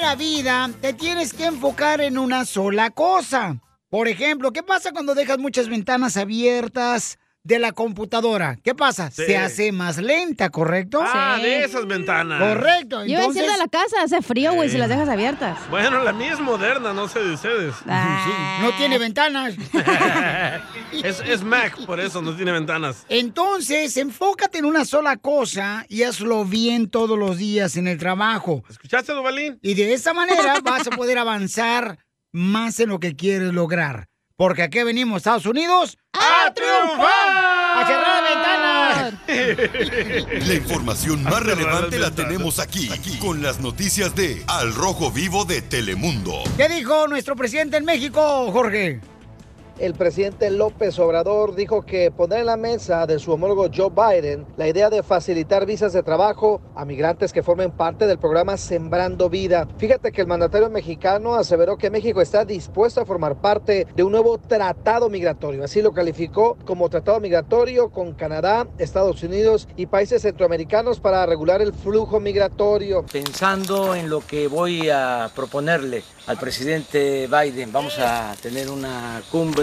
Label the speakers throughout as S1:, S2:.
S1: la vida te tienes que enfocar en una sola cosa. Por ejemplo, ¿qué pasa cuando dejas muchas ventanas abiertas de la computadora? ¿Qué pasa?
S2: Sí.
S1: Se hace más lenta, ¿correcto?
S2: Ah, de esas ventanas.
S1: Correcto.
S3: Yo voy
S1: entonces-
S3: enciendo la casa, hace frío, güey, si las dejas abiertas.
S2: Bueno, la mía es moderna, no sé de ustedes.
S1: No
S3: Ah.
S1: tiene ventanas.
S2: es, es Mac, por eso no tiene ventanas.
S1: Entonces, enfócate en una sola cosa y hazlo bien todos los días en el trabajo.
S2: ¿Escuchaste, Duvalín?
S1: Y de esa manera vas a poder avanzar más en lo que quieres lograr. Porque aquí venimos, Estados Unidos, a triunfar. A cerrar ventanas.
S4: La información más relevante la tenemos aquí, aquí, con las noticias de Al Rojo Vivo de Telemundo.
S1: ¿Qué dijo nuestro presidente en México, Jorge?
S5: El presidente López Obrador dijo que poner en la mesa de su homólogo Joe Biden la idea de facilitar visas de trabajo a migrantes que formen parte del programa Sembrando Vida. Fíjate que el mandatario mexicano aseveró que México está dispuesto a formar parte de un nuevo tratado migratorio. Así lo calificó como tratado migratorio con Canadá, Estados Unidos y países centroamericanos para regular el flujo migratorio.
S6: Pensando en lo que voy a proponerle al presidente Biden, vamos a tener una cumbre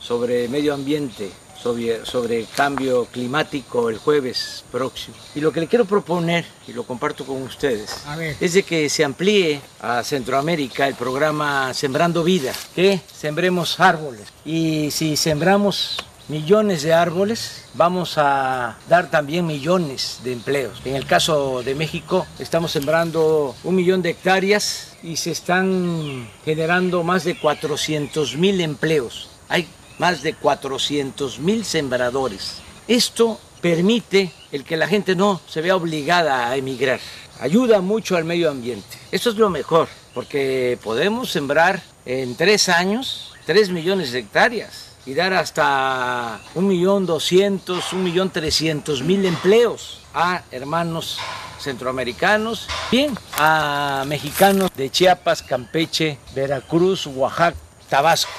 S6: sobre medio ambiente, sobre, sobre cambio climático el jueves próximo. Y lo que le quiero proponer, y lo comparto con ustedes,
S1: A ver.
S6: es de que se amplíe a Centroamérica el programa Sembrando Vida, que sembremos árboles. Y si sembramos millones de árboles, vamos a dar también millones de empleos. En el caso de México, estamos sembrando un millón de hectáreas y se están generando más de 400 mil empleos. Hay más de 400 mil sembradores. Esto permite el que la gente no se vea obligada a emigrar. Ayuda mucho al medio ambiente. Esto es lo mejor, porque podemos sembrar en tres años 3 millones de hectáreas y dar hasta un millón doscientos, un millón trescientos mil empleos a hermanos centroamericanos, bien, a mexicanos de Chiapas, Campeche, Veracruz, Oaxaca, Tabasco.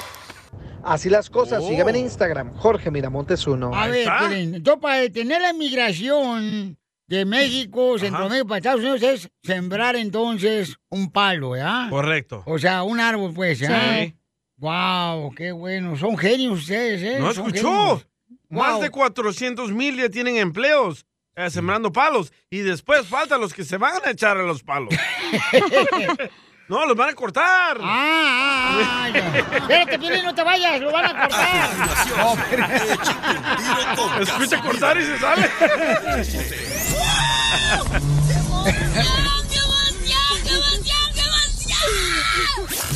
S5: Así las cosas.
S6: Oh.
S5: Sígueme en Instagram, Jorge Miramontes 1.
S2: Pues
S1: A ver, Piolín, yo para detener la migración de México, Centroamérica, para Estados Unidos es sembrar entonces un palo, ¿verdad?
S2: Correcto.
S1: O sea, un árbol, pues, ¿ah?
S2: Sí.
S1: Wow, qué bueno. Son genios ustedes, ¿eh?
S2: ¿No
S1: Son
S2: escuchó?
S1: genios.
S2: Más
S1: Wow.
S2: de 400 mil ya tienen empleos eh, sembrando palos. Y después faltan los que se van a echar a los palos. no, los van a cortar.
S1: Ah, ah, ah, ya. Espérate, Piolín, no te vayas, lo van a cortar. No, pero-
S2: Escucha cortar y se sale.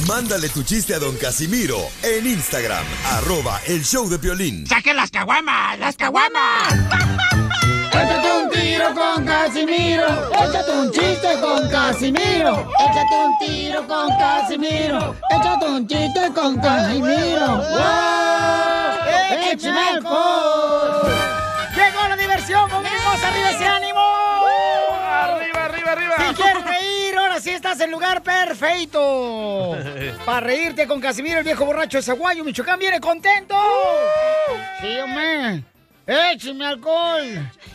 S4: Mándale tu chiste a don Casimiro en Instagram, arroba el show de Piolín.
S1: ¡Saque las caguamas! ¡Las caguamas! Échate un tiro con Casimiro. Échate un chiste con Casimiro. Échate un tiro con Casimiro. Échate un chiste con Casimiro. ¡Wow! ¡Échame alcohol! ¡Llegó la diversión! ¡Vamos arriba ese ánimo!
S2: ¡Arriba, arriba, arriba!
S1: Si quieres reír, ahora sí estás en el lugar perfecto. Para reírte con Casimiro, el viejo borracho de Zaguayo, Michoacán, viene contento. Sí, hombre. Écheme alcohol.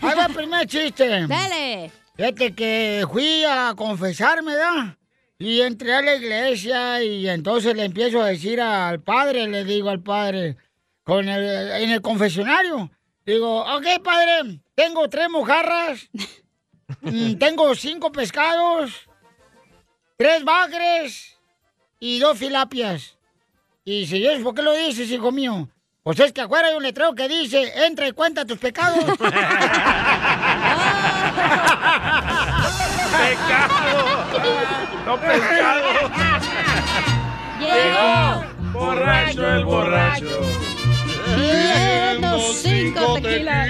S1: Ahí va el primer chiste.
S3: Dale.
S1: Fíjate que fui a confesarme, ¿verdad? Y entré a la iglesia y entonces le empiezo a decir al padre, le digo al padre, con el, en el confesionario, digo, ok padre, tengo tres mojarras, mm, tengo cinco pescados, tres bagres y dos filapias. Y si Dios, ¿por qué lo dices, hijo mío? Pues es que afuera hay un letrero que dice, entra y cuenta tus pecados.
S2: ¡No pescado!
S3: Llegó.
S2: ¡Borracho el borracho!
S3: Pidiendo cinco tequilas.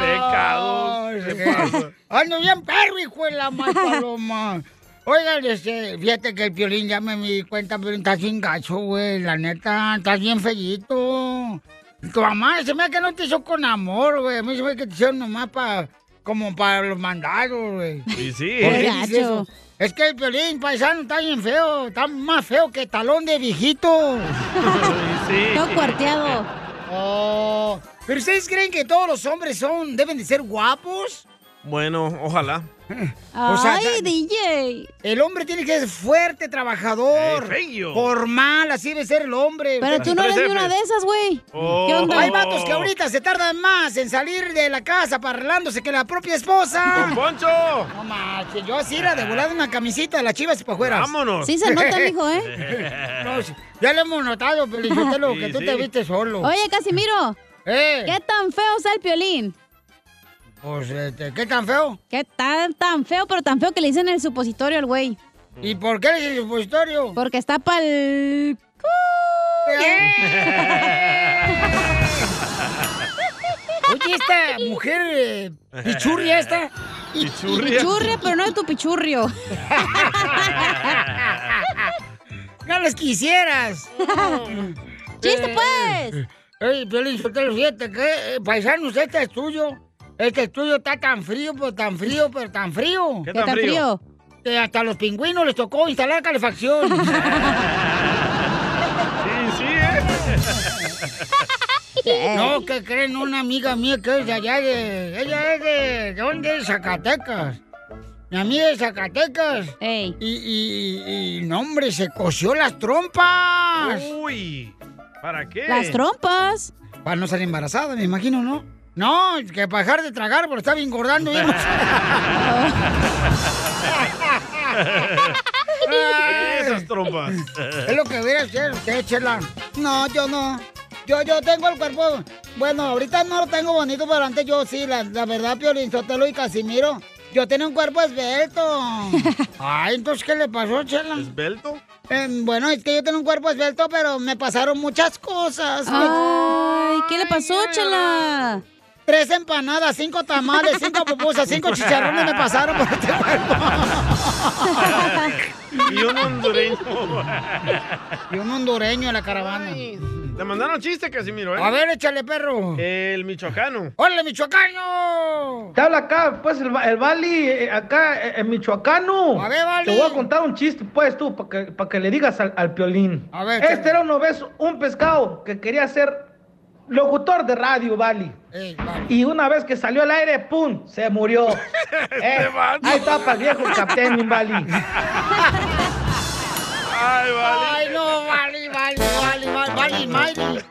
S2: ¡Pecados! ¿Qué pasa?
S1: Ando bien perro, hijo de la mal paloma. Oigan, este, fíjate que el piolín ya me di cuenta, pero está sin gacho, güey. La neta, estás bien fellito. Tu mamá se me hace que no te hizo con amor, güey. A mí se me hace que te hicieron nomás para, como para los mandados, güey.
S2: Y sí. ¿eh?
S1: ¿Por qué
S3: Gacho.
S1: dices eso? Es que el piolín paisano está bien feo. Está más feo que talón de viejito.
S2: sí.
S3: Todo cuarteado.
S1: Oh, ¿Pero ustedes creen que todos los hombres son, deben de ser guapos?
S2: Bueno, ojalá.
S1: Ay,
S3: DJ.
S1: El hombre tiene que ser fuerte, trabajador.
S2: Eh, feyo.
S1: Formal, así debe ser el hombre.
S3: Pero tú no eres ni una de esas, güey. ¿Qué
S2: Oh.
S3: onda?
S1: Hay vatos que ahorita se tardan más en salir de la casa parlándose que la propia esposa.
S2: ¡Don Poncho! Ah.
S1: No manches, yo así era de volar una camisita de las chivas y pajueras.
S2: Vámonos.
S3: Sí se nota, mijo, ¿eh?
S1: No, sí, ya lo hemos notado, Pelizotelo, que
S2: Sí,
S1: tú
S2: sí.
S1: te viste solo.
S3: Oye, Casimiro,
S1: Eh,
S3: ¿qué tan feo está el piolín?
S1: Pues, este, ¿qué tan feo?
S3: ¿Qué tan, tan feo, pero tan feo que le dicen el supositorio al güey?
S1: ¿Y por qué eres el supositorio?
S3: Porque está pa'l...
S1: Oye, esta mujer eh, pichurria esta.
S2: Pichurria.
S3: Pichurria, pero no de tu pichurrio.
S1: No las quisieras.
S3: ¡Chiste, pues!
S1: Eh, Ey, Piolín, Sotelo, fíjate que, eh, paisanos, este estudio, este estudio está tan frío, pero tan frío, pero tan frío,
S2: ¿Qué
S3: ¿Qué tan frío?
S1: que hasta a los pingüinos les tocó instalar calefacción.
S2: Sí, ¿eh? sí, ¿eh?
S1: No, que creen una amiga mía que es de allá de. Ella es de. ¿de ¿Dónde? es? Zacatecas. Mi amiga es de Zacatecas.
S3: Ey.
S1: Y, y, y- y, no, hombre, se coció las trompas.
S2: Uy. ¿Para qué?
S3: Las trompas.
S1: Para no salir embarazada, me imagino, ¿no? No, que para dejar de tragar, porque estaba engordando. ¿eh? bien.
S2: Esas trompas.
S1: es lo que debería hacer usted, Chela. No, yo no. Yo, yo tengo el cuerpo. Bueno, ahorita no lo tengo bonito, pero antes yo sí, la, la verdad, Piolín Sotelo y Casimiro. Yo tenía un cuerpo esbelto. Ay, entonces, ¿qué le pasó, Chela?
S2: ¿Esbelto?
S1: Eh, bueno, es que yo tengo un cuerpo esbelto, pero me pasaron muchas cosas. Me-
S3: Ay, ¿qué le pasó, chala?
S1: Tres empanadas, cinco tamales, cinco pupusas, Pues, cinco chicharrones me pasaron por este cuerpo.
S2: Y un hondureño.
S1: Y un hondureño en la caravana.
S2: Te mandaron chiste, Casimiro, ¿eh?
S1: A ver, échale, perro.
S2: El michoacano.
S1: ¡Hola, michoacano!
S7: Te habla acá, pues, el, ba- el Bali, eh, acá, eh, en Michoacano.
S1: A ver, Bali.
S7: Te voy a contar un chiste, pues, tú, para que, pa' que le digas al, al piolín.
S1: A ver,
S7: Este
S1: chale.
S7: era una vez un pescado que quería ser locutor de radio, Bali.
S1: Ey, va.
S7: Y una vez que salió al aire, ¡pum! Se murió. Eh,
S2: este vato.
S7: ahí está para viejo el capitán, mi Bali.
S2: Ay, vale.
S1: Ay, no, vale, vale, vale, vale, vale, vale.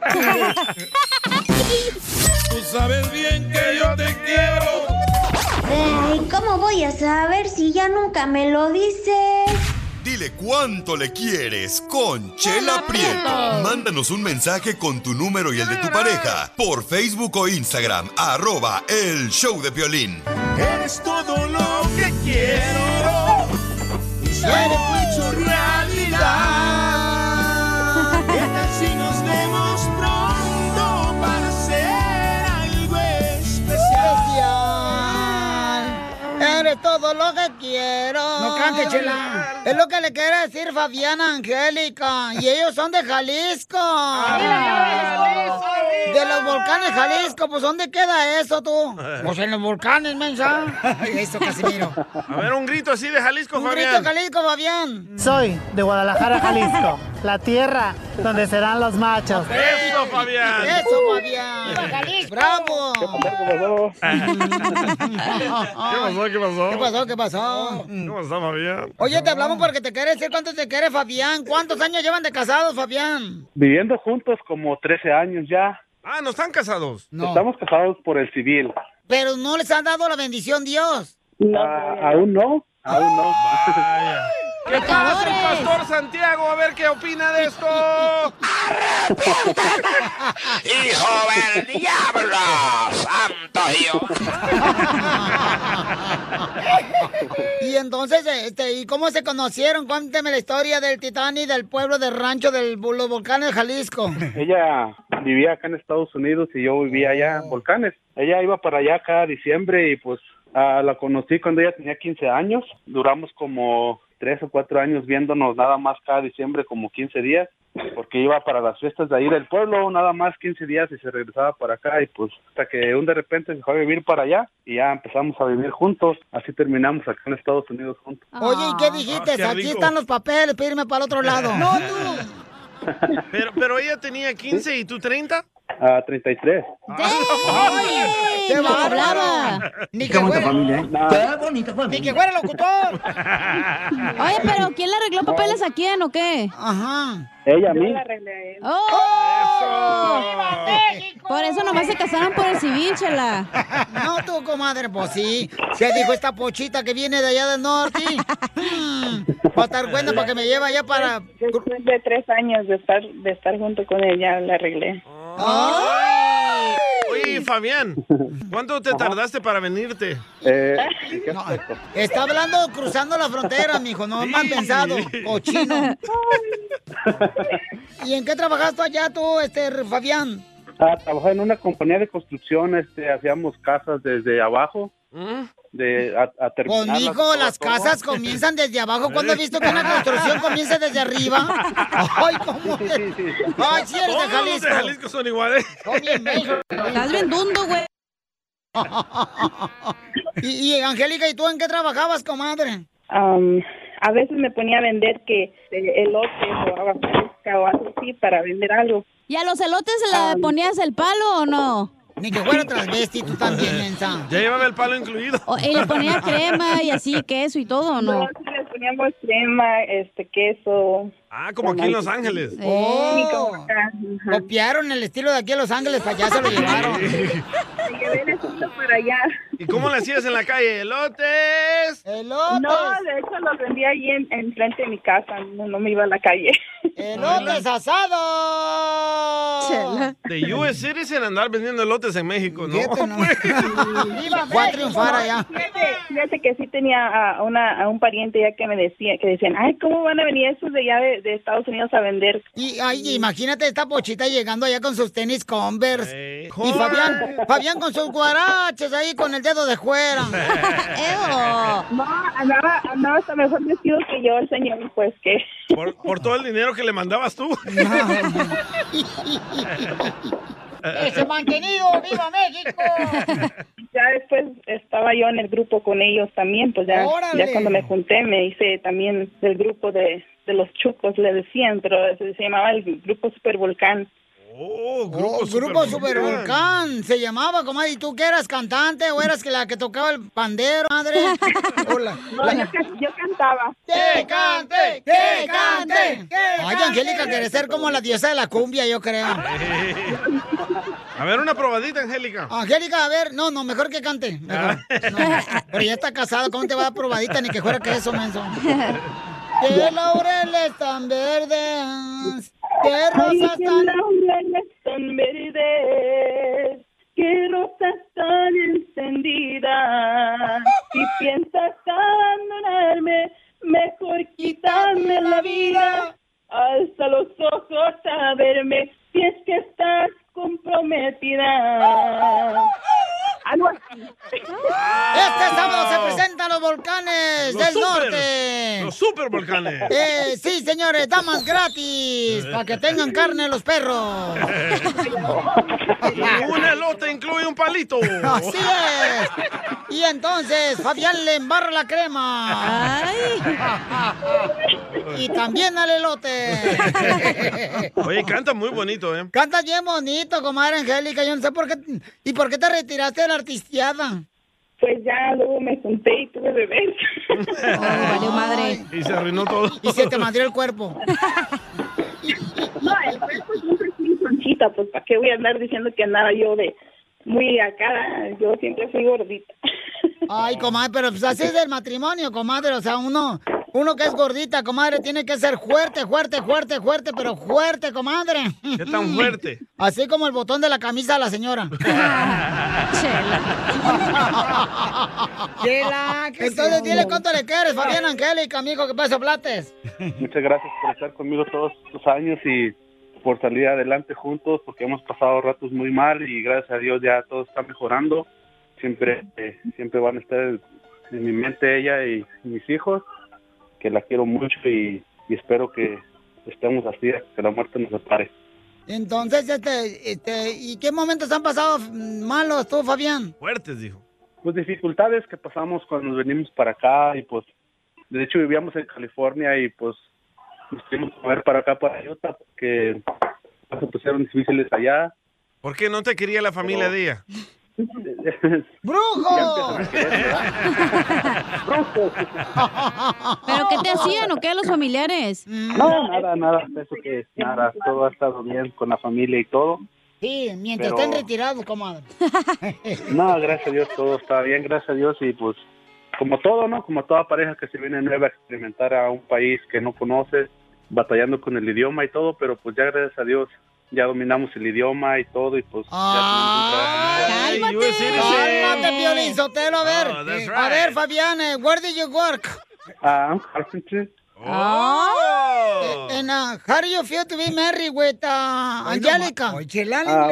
S2: Tú sabes bien que yo te quiero.
S8: Ay, ¿cómo voy a saber si ya nunca me lo dices?
S4: Dile cuánto le quieres con Chela Prieto. Mándanos un mensaje con tu número y el de tu pareja por Facebook o Instagram, arroba el show de violín.
S2: Eres todo lo que quiero.
S1: Suena
S2: hecho realidad. si nos vemos pronto para hacer algo
S1: especial. Eres todo lo que quiero. No cante, chela. Es lo que le quiere decir Fabiana Angélica. Y ellos son de Jalisco.
S7: Ah.
S1: De los volcanes Jalisco, pues ¿dónde queda eso tú? Pues en los volcanes, mensa. Eso, Casimiro.
S2: A ver, un grito así de Jalisco,
S1: Un grito
S2: Fabián.
S1: Jalisco, Fabián.
S9: Soy de Guadalajara, Jalisco, la tierra donde serán los machos.
S2: Eso, Fabián.
S1: Eso, Fabián. ¡Bravo!
S2: ¿Qué pasó?
S1: ¿Qué
S2: ¿Qué pasó?
S1: pasó? ¿Qué pasó?
S2: ¿Qué pasó, Fabián?
S1: Oye, te hablamos porque te quiere decir cuánto te quiere Fabián. ¿Cuántos años llevan de casados, Fabián?
S10: Viviendo juntos como 13 años ya.
S2: Ah, no están casados.
S10: Estamos casados por el civil.
S1: Pero no les han dado la bendición Dios.
S10: Ah, aún no, aún no.
S2: Vaya. ¿Qué pasa, el pastor Santiago? A ver qué opina de esto.
S1: Y entonces, este, ¿y cómo se conocieron? Cuénteme la historia del Titanic, del pueblo del rancho del los volcanes de Jalisco.
S10: Ella vivía acá en Estados Unidos y yo vivía allá en Volcanes. Ella iba para allá cada diciembre y pues ah, la conocí cuando ella tenía 15 años. Duramos como tres o cuatro años viéndonos nada más cada diciembre como 15 días porque iba para las fiestas de ahí del pueblo nada más 15 días y se regresaba para acá y pues hasta que un de repente se fue a vivir para allá y ya empezamos a vivir juntos. Así terminamos acá en Estados Unidos juntos.
S1: Oye, ¿y qué
S2: Ah,
S1: dijiste?
S2: qué
S1: Aquí
S2: rico.
S1: están los papeles, pídeme para el otro lado. No, tú.
S2: Pero, pero ella tenía 15 y tú 30.
S10: A 33.
S3: ¡Ey!
S1: ¡Qué
S3: no
S1: bárbara! Ni que fuera, ni que fuera locutor.
S3: Oye, pero ¿quién le arregló papeles a quién o qué?
S1: Ajá.
S10: Ella a mí.
S3: ¡Oh! Por eso nomás se casaron por el civil, chela.
S1: No, tú, comadre, pues sí. Se dijo esta pochita que viene de allá del norte. Hmm. Va a estar buena para que me lleve allá para...
S11: Después de tres años de estar, de estar junto con ella, la arreglé.
S2: Oye, Fabián, ¿cuánto te tardaste para venirte?
S1: No, está hablando cruzando la frontera, mijo. No mal pensado, cochino. ¿Y en qué trabajaste allá tú, este, Fabián?
S10: Ah, trabajaba en una compañía de construcción, este, hacíamos casas desde abajo, de a, a
S1: Pues,
S10: terminarlas,
S1: mijo,
S10: todo,
S1: las
S10: todo.
S1: casas comienzan desde abajo. ¿Cuándo he visto que una construcción comienza desde arriba? Ay, cómo... Ay, sí eres de
S2: Todos los de
S1: Jalisco.
S2: Jalisco son iguales.
S3: Estás vendundo, güey.
S1: Y, y, Angélica, ¿y tú en qué trabajabas, comadre?
S11: Am, a veces me ponía a vender que eh, elotes o agua fresca o algo así para vender algo.
S3: ¿Y a los elotes le ponías el palo o no?
S1: Ni que fuera transvesti, tú también, mensa.
S2: Ya llevaba el palo incluido.
S3: y le ponía crema y así, queso y todo, ¿o no?
S11: No, sí les poníamos crema, este, queso.
S2: Ah, como aquí en Los Ángeles.
S1: Oh, copiaron el estilo de aquí a Los Ángeles, para allá se lo llevaron.
S11: para allá.
S2: ¿Y cómo le hacías en la calle? ¡Elotes!
S1: ¡Elotes!
S11: No, de hecho los vendía ahí en, enfrente de mi casa, no, no me iba a la calle.
S1: ¡Elotes asados!
S2: De US Series en andar vendiendo elotes en México, ¿no?
S1: Va a triunfar allá.
S11: Fíjate, fíjate que sí tenía a, una, a un pariente ya que me decía, que decían, ay, ¿cómo van a venir esos de allá de, de Estados Unidos a vender?
S1: Y ay, imagínate esta pochita llegando allá con sus tenis Converse. Y Fabián, Fabián con sus guaraches ahí con el dedo de fuera.
S11: No, andaba, andaba Ah, hasta mejor vestido que yo el señor, pues que...
S2: Por, por todo el dinero que le mandabas tú.
S1: ¡Ese mantenido! ¡Viva México!
S11: Ya después estaba yo en el grupo con ellos también, pues ya,
S1: ¡Órale!
S11: ya cuando me junté me hice también del grupo de, de los chucos, le decían, pero se, se llamaba el grupo Supervolcán.
S2: Oh,
S1: grupo, Supervolcán se llamaba, comadre. ¿Y tú que eras cantante o eras que la que tocaba el pandero, madre? O la- la-
S11: Yo cantaba.
S1: ¡Que cante! ¡Que cante! Ay, Angélica, quieres ser como la diosa de la cumbia, yo creo.
S2: A ver, una probadita, Angélica.
S1: Angélica, a ver, no, no, mejor que cante. mejor. No, pero ya está casada, ¿cómo te va a dar probadita ni que fuera que eso, menso? ¡Qué laureles tan verdes! ¡Qué rosas tan...
S11: tan verdes, que rosas tan encendidas. Si piensas abandonarme, mejor quitarme la vida. Alza los ojos a verme, si es que estás comprometida. Algo así.
S1: Este sábado se presentan los volcanes
S2: Los
S1: del
S2: super-
S1: norte.
S2: Los supervolcanes.
S1: Eh, sí, señores, damas gratis, para que tengan carne los perros.
S2: un elote incluye un palito.
S1: Así es. Y entonces, Fabián le embarra la crema. Y también al elote.
S2: Oye, canta muy bonito, ¿eh?
S1: Cantas bien bonito, comadre Angélica. Yo no sé por qué. ¿Y por qué te retiraste de la artisteada?
S11: Pues ya luego me junté y tuve bebés.
S1: valió madre.
S2: Y se arruinó todo.
S1: Y se te madrió el cuerpo.
S11: No, el cuerpo siempre fui sonchita, pues ¿para qué voy a andar diciendo que andaba yo de muy acá? Yo siempre fui gordita.
S1: Ay, comadre, pero pues así es el matrimonio, comadre. O sea, uno, uno que es gordita, comadre, tiene que ser fuerte, fuerte, fuerte, fuerte, pero fuerte, comadre.
S2: ¿Qué tan fuerte?
S1: Así como el botón de la camisa de la señora. Entonces dile cuánto le quieres, Fabián Angélica, amigo, que pasa plates.
S10: Muchas gracias por estar conmigo todos los años y por salir adelante juntos, porque hemos pasado ratos muy mal y gracias a Dios ya todo está mejorando. Siempre, eh, siempre van a estar en mi mente ella y mis hijos, que la quiero mucho y, y espero que estemos así, hasta que la muerte nos separe.
S1: Entonces, este, este, ¿y qué momentos han pasado mm, malos tú, Fabián?
S2: Fuertes, dijo.
S10: Pues dificultades que pasamos cuando nos venimos para acá y pues, de hecho vivíamos en California y pues nos tuvimos que mover para acá, para Utah, porque se pusieron difíciles allá.
S2: ¿Por qué no te quería la familia de ella?
S1: ¡Brujo!
S3: ¿Pero qué te hacían o qué los familiares?
S1: Mm.
S10: No, nada, nada, eso que nada, todo ha estado bien con la familia y todo.
S1: Sí, mientras
S10: Pero-
S1: estén retirados, comadre.
S10: No, gracias a Dios, todo está bien, gracias a Dios y pues como todo, ¿no? Como toda pareja que se viene nueva a experimentar a un país que no conoces, batallando con el idioma y todo, pero pues ya gracias a Dios ya dominamos el idioma y todo y pues
S1: ¡Cálmate, Piolín Sotelo! A ver,
S10: Oh, that's
S1: eh, a
S10: right.
S1: ver, Fabián, eh, where did you work?
S10: ya I'm carpenter.
S1: Oh. Eh, And uh, how do you feel to be married with uh, Angelica?
S10: Uh,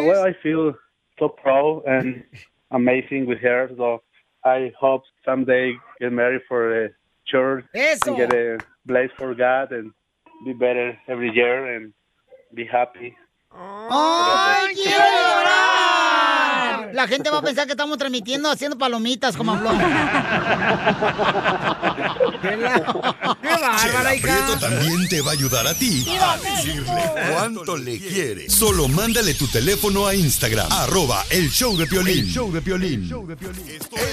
S10: well, I feel so proud and amazing with her. So I hope someday get married for a church
S1: Eso.
S10: and get a place for God and be better every year and be happy.
S1: ¡Ay, quiero llorar! Ah. La gente va a pensar que estamos transmitiendo haciendo palomitas como habló.
S4: Chela Prieto también te va a ayudar a ti a decirle cuánto le quieres. Solo mándale tu teléfono a Instagram, arroba el show de Piolín.
S12: El
S4: show de Piolín.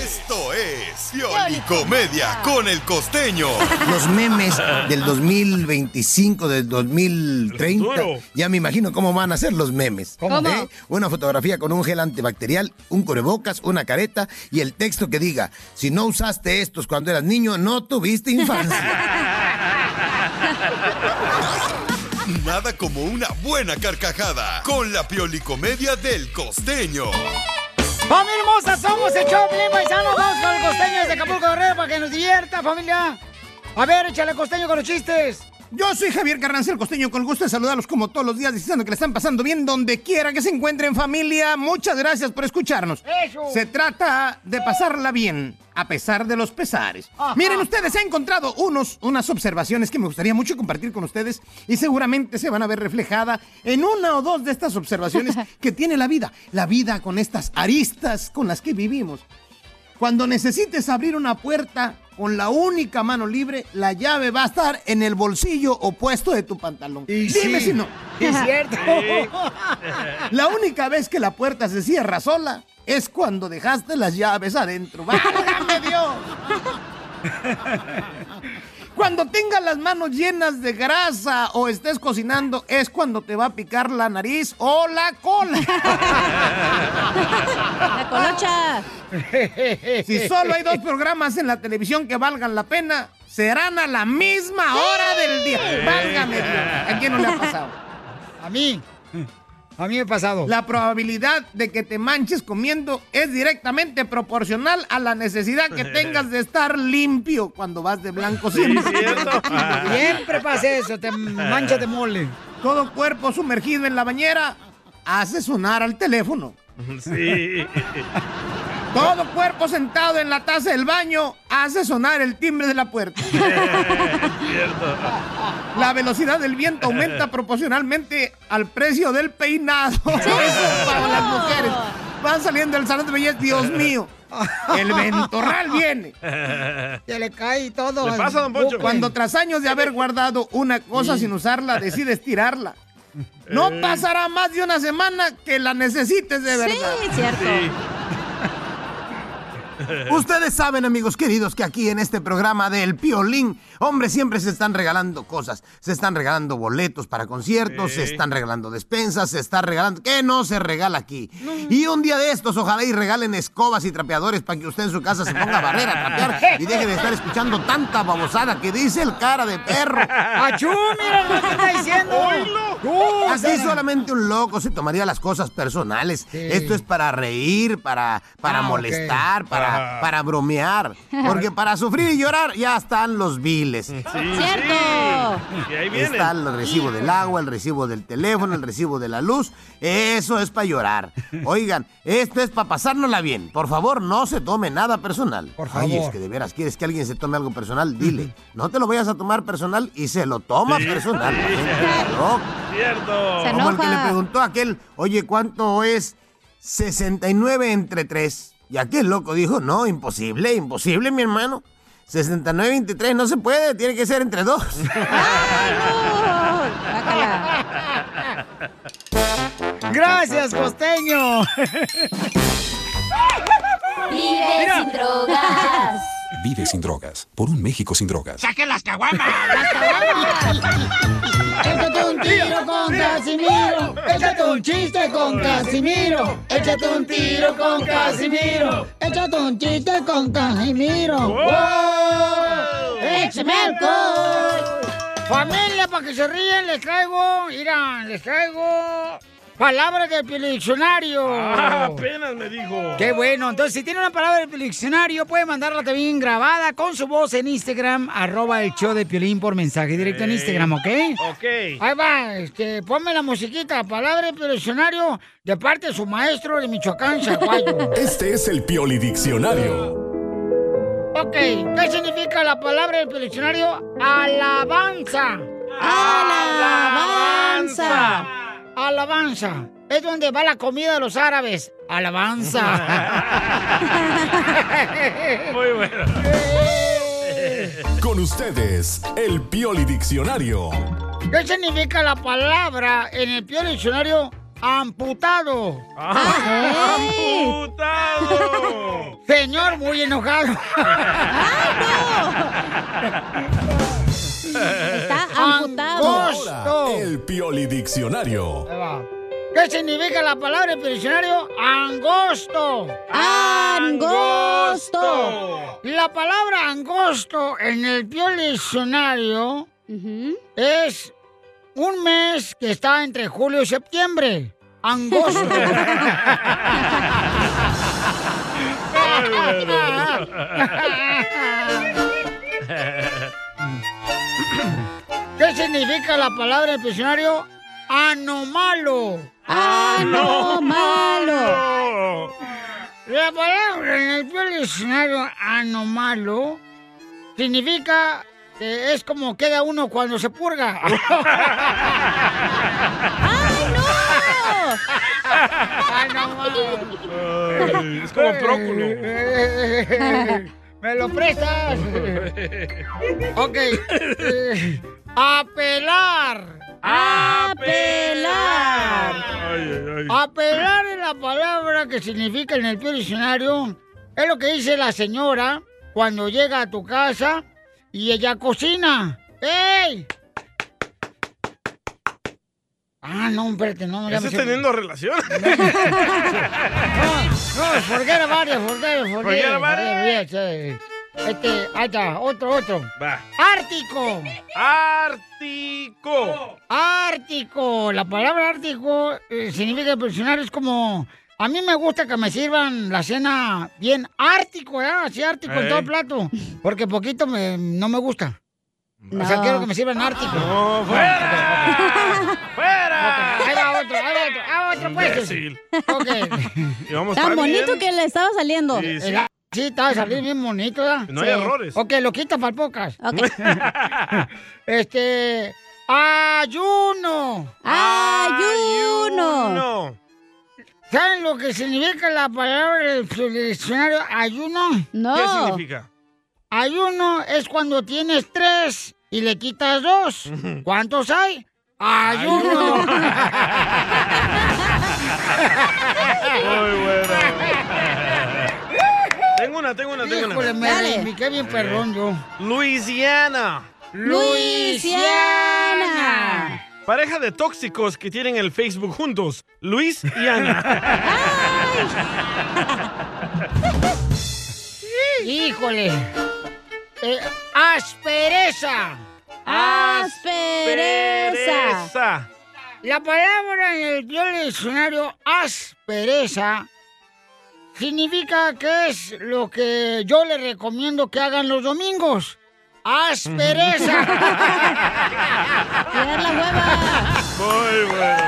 S4: Esto es Pioli Comedia con el costeño.
S12: Los memes del 2025, del 2030,
S4: Futuro.
S12: ya me imagino cómo van a ser los memes.
S4: ¿Cómo? ¿Cómo?
S12: ¿Eh? Una fotografía con un gel antibacterial, un cubrebocas, una careta y el texto que diga, si no usaste estos cuando eras niño, no tuviste infancia.
S4: Nada como una buena carcajada con la Pioli Comedia del costeño.
S1: ¡Familia hermosa! Somos el show, Piolín Paisano. Vamos con el costeño desde Acapulco Guerrero para que nos divierta, familia. A ver, échale costeño con los chistes.
S13: Yo soy Javier Carranza, el costeño, con el gusto de saludarlos como todos los días, diciendo que le están pasando bien donde quiera que se encuentren familia. Muchas gracias por escucharnos.
S1: Eso.
S13: Se trata de pasarla bien, a pesar de los pesares. Miren ustedes, he encontrado unos, unas observaciones que me gustaría mucho compartir con ustedes y seguramente se van a ver reflejada en una o dos de estas observaciones que tiene la vida. La vida con estas aristas con las que vivimos. Cuando necesites abrir una puerta con la única mano libre, la llave va a estar en el bolsillo opuesto de tu pantalón. Dime
S1: sí.
S13: si no.
S1: Es cierto.
S13: La única vez que la puerta se cierra sola es cuando dejaste las llaves adentro. ¡Válgame Dios! Cuando tengas las manos llenas de grasa o estés cocinando, es cuando te va a picar la nariz o la cola.
S3: La colocha.
S13: Si solo hay dos programas en la televisión que valgan la pena, serán a la misma hora del día. Válgame Dios. ¿A quién no le ha pasado?
S1: A mí. A mí me ha pasado.
S13: La probabilidad de que te manches comiendo es directamente proporcional a la necesidad que tengas de estar limpio cuando vas de blanco siempre.
S1: Siempre pasa eso, te manchas de mole.
S13: Todo cuerpo sumergido en la bañera hace sonar al teléfono.
S14: Sí.
S13: Todo cuerpo sentado en la taza del baño hace sonar el timbre de la puerta.
S14: Cierto.
S13: La velocidad del viento aumenta proporcionalmente al precio del peinado. Eso para las mujeres. Van saliendo del salón de belleza, Dios mío. El ventorral viene.
S1: Se le cae todo. al bucle.
S13: Cuando tras años de haber guardado una cosa sin usarla, decides tirarla. No
S1: Eh.
S13: pasará más de una semana que la necesites de verdad. Ustedes saben, amigos queridos, que aquí en este programa del Piolín, hombre, siempre se están regalando cosas. Se están regalando boletos para conciertos, se
S12: Sí.
S13: están regalando despensas, se está regalando... ¿Qué no se regala aquí? Y un día de estos, ojalá y regalen escobas y trapeadores para que usted en su casa se ponga a barrer, a trapear y deje de estar escuchando tanta babosada que dice el cara de perro.
S1: ¡Achú, mira lo que está diciendo! ¡Tú,
S13: Así
S1: cara!
S13: solamente un loco se tomaría las cosas personales. Esto es para reír, para, para
S12: Ah, ok.
S13: molestar, para,
S12: Ajá.
S13: para bromear. Porque para sufrir y llorar ya están los biles.
S14: ¡Cierto! Y ahí vienen.
S13: Está el recibo del agua, el recibo del teléfono, el recibo de la luz. Eso es para llorar. Oigan, esto es para pasárnosla bien. Por favor, no se tome nada personal. Por Ay, es
S12: favor.
S13: que de veras, ¿quieres que alguien se tome algo personal? Dile, no te lo vayas a tomar personal y se lo toma personal. La gente está loca.
S14: Cierto.
S13: Como el que le preguntó a aquel, oye, ¿cuánto es 69 entre 3? Y aquel loco dijo, no, imposible, imposible, mi hermano. 69 entre 3 no se puede, tiene que ser entre 2.
S1: pues. Gracias, costeño.
S15: Vive
S13: Mira.
S15: sin drogas.
S16: Vive sin drogas. Por un México sin drogas.
S13: ¡Saque las caguamas!
S1: Échate un tiro con Casimiro. Échate un chiste con Casimiro. Échate un tiro con Casimiro. Échate un chiste con Casimiro. ¡Wow! ¡Échame alcohol! Familia, para que se ríen, les traigo, mira, les traigo palabras del diccionario.
S2: Ah, apenas me dijo.
S1: Qué bueno. Entonces, si tiene una palabra del diccionario, puede mandarla también grabada con su voz en Instagram, arroba el show de Piolín por mensaje directo en
S2: Ey.
S1: Instagram, ¿ok?
S2: Ok.
S1: Ahí va, este, ponme la musiquita, palabra del diccionario de parte de su maestro de Michoacán, Chaguayo.
S14: Este es el Pioli Diccionario.
S1: ok, ¿qué significa la palabra del diccionario? Alabanza. Alabanza. Alabanza. Es donde va la comida de los árabes. Alabanza.
S13: Muy bueno.
S14: Con ustedes, el Pioli Diccionario.
S1: ¿Qué significa la palabra en el peor diccionario amputado?
S13: Ah,
S1: ¡Amputado! Señor, muy enojado.
S14: Ahora, el Pioli Diccionario.
S1: ¿Qué significa la palabra en el diccionario? Angosto. Angosto. La palabra angosto en el peor diccionario es un mes que está entre julio y septiembre. Angosto. ¿Qué significa la palabra en el diccionario? Anomalo. Anomalo. La palabra en el peor diccionario anomalo significa que es como queda uno cuando se purga. ¡Ay, no!
S13: Ay, es como próculo.
S1: ¡Me lo prestas! ok. eh, apelar. Apelar. Apelar es la palabra que significa en el peor diccionario. Es lo que dice la señora cuando llega a tu casa y ella cocina. ¡Ey! Ah, no, espérate, no. ya me
S2: ¿Estás
S1: sé-
S2: teniendo relación?
S1: no, forguera varias, forguera, forguera.
S2: Forguera
S1: varias. Este, ahí está, otro, otro.
S2: Va.
S1: Ártico. Ártico. Ártico. La palabra ártico eh, significa presionar, es como... A mí me gusta que me sirvan la cena bien ártico, ¿eh? Así ártico en
S13: Ey.
S1: todo el plato. Porque poquito me- no me gusta. O sea,
S13: No.
S1: quiero que me sirvan ártico.
S2: No, fuera.
S1: ¡Fuera! Ahí va otro, ahí va otro, ahí va otro, pues.
S2: Imbécil.
S1: Ok.
S2: Y vamos
S3: Tan
S2: para
S3: bonito
S2: bien.
S3: que le estaba saliendo.
S2: Sí, sí.
S1: El a- Sí, estaba saliendo bien bonito, ¿verdad?
S2: No hay
S1: Sí.
S2: errores.
S1: Ok, lo quita para el podcast. este. Ayuno. Ayuno. ¿Saben lo que significa la palabra del diccionario ayuno? No.
S2: ¿Qué significa?
S1: Ayuno es cuando tienes tres y le quitas dos. ¿Cuántos hay? Ayuno.
S2: Muy bueno. Tengo una, tengo una, tengo
S1: Híjole,
S2: una.
S1: me reivindiqué bien perrón yo.
S2: Luisiana.
S1: Luisiana.
S2: Pareja de tóxicos que tienen el Facebook juntos. Luis y Ana.
S1: Híjole. Eh, aspereza.
S2: Aspereza.
S1: La palabra en el Dios diccionario aspereza significa que es lo que yo le recomiendo que hagan los domingos. Aspereza. la hueva!
S2: Muy bueno.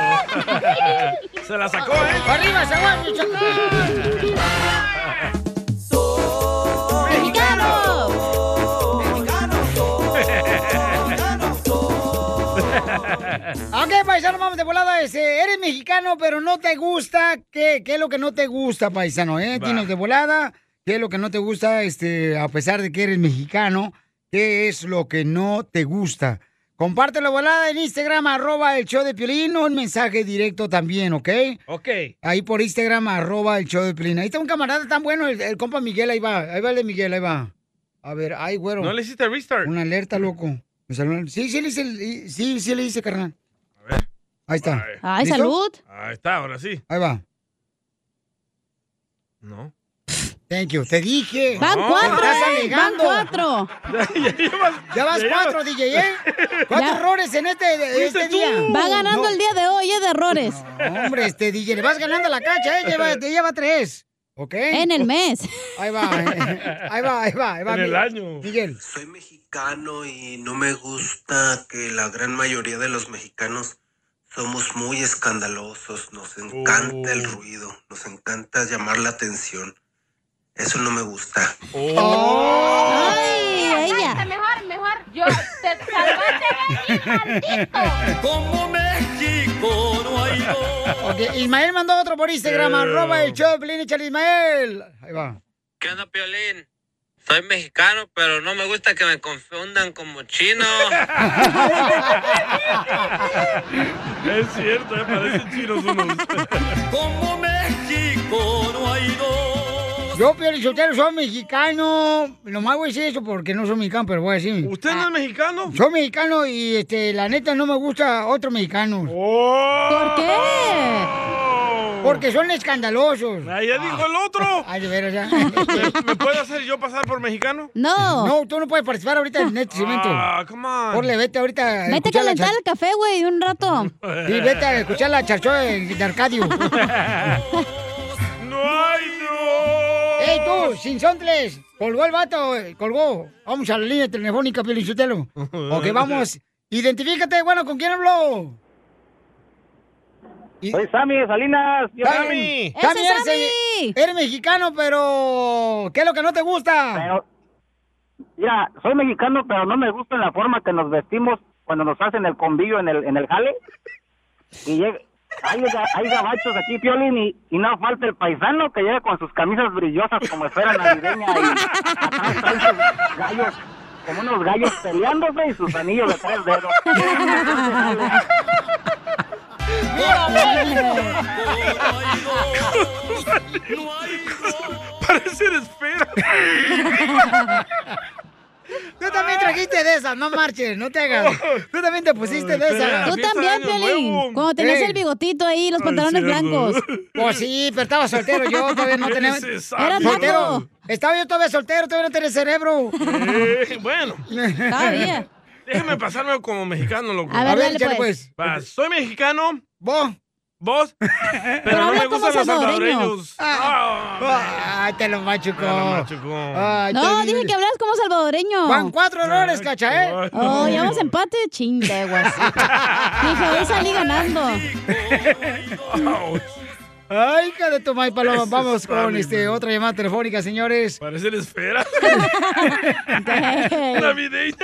S2: Se la sacó, ¿eh?
S1: ¡Arriba, se va,
S13: ¡Mexicano!
S1: Ok, paisano, vamos de volada. Este, eres mexicano, pero no te gusta. ¿Qué, qué es lo que no te gusta, paisano? Eh? Dinos de volada. ¿Qué es lo que no te gusta, este, a pesar de que eres mexicano? ¿Qué es lo que no te gusta? Compártelo volada en Instagram, arroba el show de Piolín, o un mensaje directo también, ¿ok?
S2: Ok.
S1: Ahí por Instagram, arroba el show de Piolín. Ahí está un camarada tan bueno, el, el compa Miguel, ahí va. Ahí va el de Miguel, ahí va. A ver, ay, güero.
S2: ¿No le hiciste restart?
S1: Una alerta, loco. Me salió una- Sí, sí le hice, el- sí, sí le hice, carnal. Ahí está. ¿Listo?
S2: Ahí está, ahora sí.
S1: Ahí va.
S2: No.
S1: Thank you. Te dije.
S2: Van cuatro,
S1: Te estás
S2: ¿eh?
S1: alegando.
S2: Van cuatro.
S1: ya, vas
S2: ya
S1: cuatro,
S2: llevas-
S1: DJ, ¿eh? Cuatro
S3: Ya.
S1: errores en este, de-
S3: Fuiste
S1: este
S3: tú.
S1: día.
S3: Va ganando el día de hoy, ¿eh? De errores.
S1: No, hombre, este DJ, le vas ganando la cacha, ¿eh? Lleva, te lleva tres. ¿Ok?
S3: En el mes.
S1: Ahí va, eh. ahí va, ahí va, ahí va.
S15: En el
S1: Miguel.
S15: año.
S1: Miguel.
S15: mexicano y no me gusta que la gran mayoría de los mexicanos somos muy escandalosos, nos encanta el ruido, nos encanta llamar la atención. Eso no me gusta. Oh.
S13: ¡Ay,
S17: ella.
S13: Mejor, mejor. Yo te
S1: Como México no hay Ok, Ismael mandó otro por Instagram,
S18: Eh.
S1: arroba el show, de Piolín, échale, Ismael. Ahí va.
S18: ¿Qué onda, Piolín? Soy mexicano, pero no me gusta que me confundan como chino.
S2: Es cierto, eh, parecen chinos unos.
S1: Como México no hay Yo, Piolín Sotelo, soy mexicano. Nomás voy a decir eso porque no soy mexicano, pero voy a decir.
S2: ¿Usted no es mexicano?
S1: Soy mexicano y este, la neta no me gusta otros mexicanos.
S2: Oh.
S1: ¿Por qué? Porque son escandalosos.
S2: Ah, ya dijo el otro.
S1: Ay, de veras, ya.
S2: ¿Me, me puede hacer yo pasar por mexicano?
S1: No, tú no puedes participar ahorita en este segmento.
S2: Ah, come on.
S1: Porle, vete ahorita.
S3: Vete a
S1: escuchar la
S3: calentar
S1: char-
S3: el café, güey, un rato.
S1: Sí, vete a escuchar la charchoa de, de Arcadio.
S2: ¡No hay no!
S1: ¡Ey, tú, sin sontles! Colgó el vato, eh, colgó. Vamos a la línea telefónica, Pielichotelo. Ok, vamos. Identifícate, bueno, ¿con quién habló?
S19: Soy Sammy Salinas. Yo-
S1: Sammy. Sammy, eres, eh, eres mexicano, pero... ¿Qué es lo que no te gusta?
S19: Pero- Mira, soy mexicano, pero no me gusta la forma que nos vestimos cuando nos hacen el convivio en el, en el jale. Y llega- hay, ga- hay gabachos aquí, Piolín, y, y no falta el paisano que llega con sus camisas brillosas como esfera navideña y atrás trae sus gallos, como unos gallos peleándose y sus anillos de tres dedos.
S2: Parecen esfera.
S1: Tú también trajiste de esas, no marches, no te hagas. Tú también te pusiste de esas.
S3: Tú también, Piolín. Cuando tenías
S1: Sí.
S3: el bigotito ahí, los pantalones blancos.
S1: Pues sí, pero estaba soltero yo, todavía no tenía...
S3: Eres sabio. Era
S1: soltero.
S3: vato.
S1: Estaba yo todavía soltero, todavía no tenía cerebro.
S2: Eh, bueno.
S1: Todavía.
S2: Déjame pasarme como mexicano, loco.
S1: A ver, A ver, dale, échale, pues.
S2: Va, soy mexicano.
S1: Vos.
S2: Vos. Pero, no me gustan los salvadoreños.
S1: Ah, Ay, te lo machucó. Ay,
S3: No,
S1: te-
S3: dije que hablas como salvadoreño.
S1: Van cuatro errores, cacha, ¿eh?
S3: Oh, ya vamos a empate, chingueguas. Dije, hoy salí ganando.
S1: Ay, hija de tu madre, paloma.
S2: Ese
S1: Vamos
S2: es
S1: con
S2: Sammy,
S1: este, otra llamada telefónica, señores.
S2: Parecen esferas.
S1: Ey.
S2: Navideñas.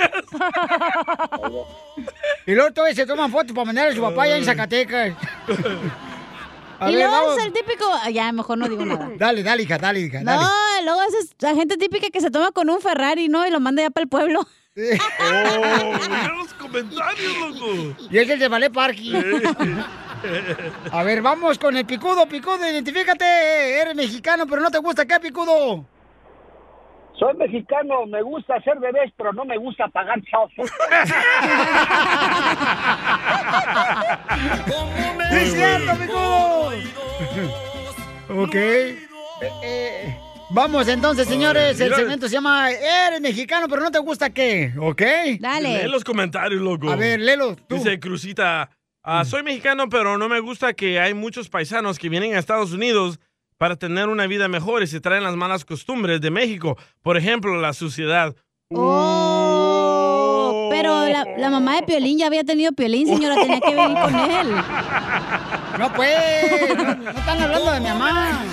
S1: Y luego todavía se toman fotos para mandar a su papá allá en Zacatecas. A
S3: y
S1: ver,
S3: luego
S1: vamos.
S3: es el típico. ah, Ya, mejor no digo nada.
S1: Dale, dale, hija, dale, hija,
S3: No,
S1: dale.
S3: luego esa es la gente típica que se toma con un Ferrari, ¿no? Y lo manda ya para el pueblo.
S2: Oh, mira los comentarios, loco.
S1: Y es el de Ballet Parking. A ver, vamos con el picudo, picudo, identifícate. Eres mexicano, pero no te gusta qué, picudo.
S20: Soy mexicano, me gusta hacer bebés, pero no me gusta pagar chafos.
S1: ¡Sí es cierto, picudo! ok. Eh, eh, vamos entonces, señores. El
S2: mira.
S1: segmento se llama Eres mexicano, pero no te gusta qué, ¿ok?
S2: Lee los comentarios, loco.
S1: A ver, léelo, tú. Mm.
S2: Dice Cruzita, ah, soy mexicano, pero no me gusta que hay muchos paisanos que vienen a Estados Unidos para tener una vida mejor y se traen las malas costumbres de México. Por ejemplo, la suciedad.
S3: Oh, pero la, la mamá de Piolín ya había tenido Piolín, señora, tenía que venir con él.
S1: No, pues, no, no están hablando de mi mamá.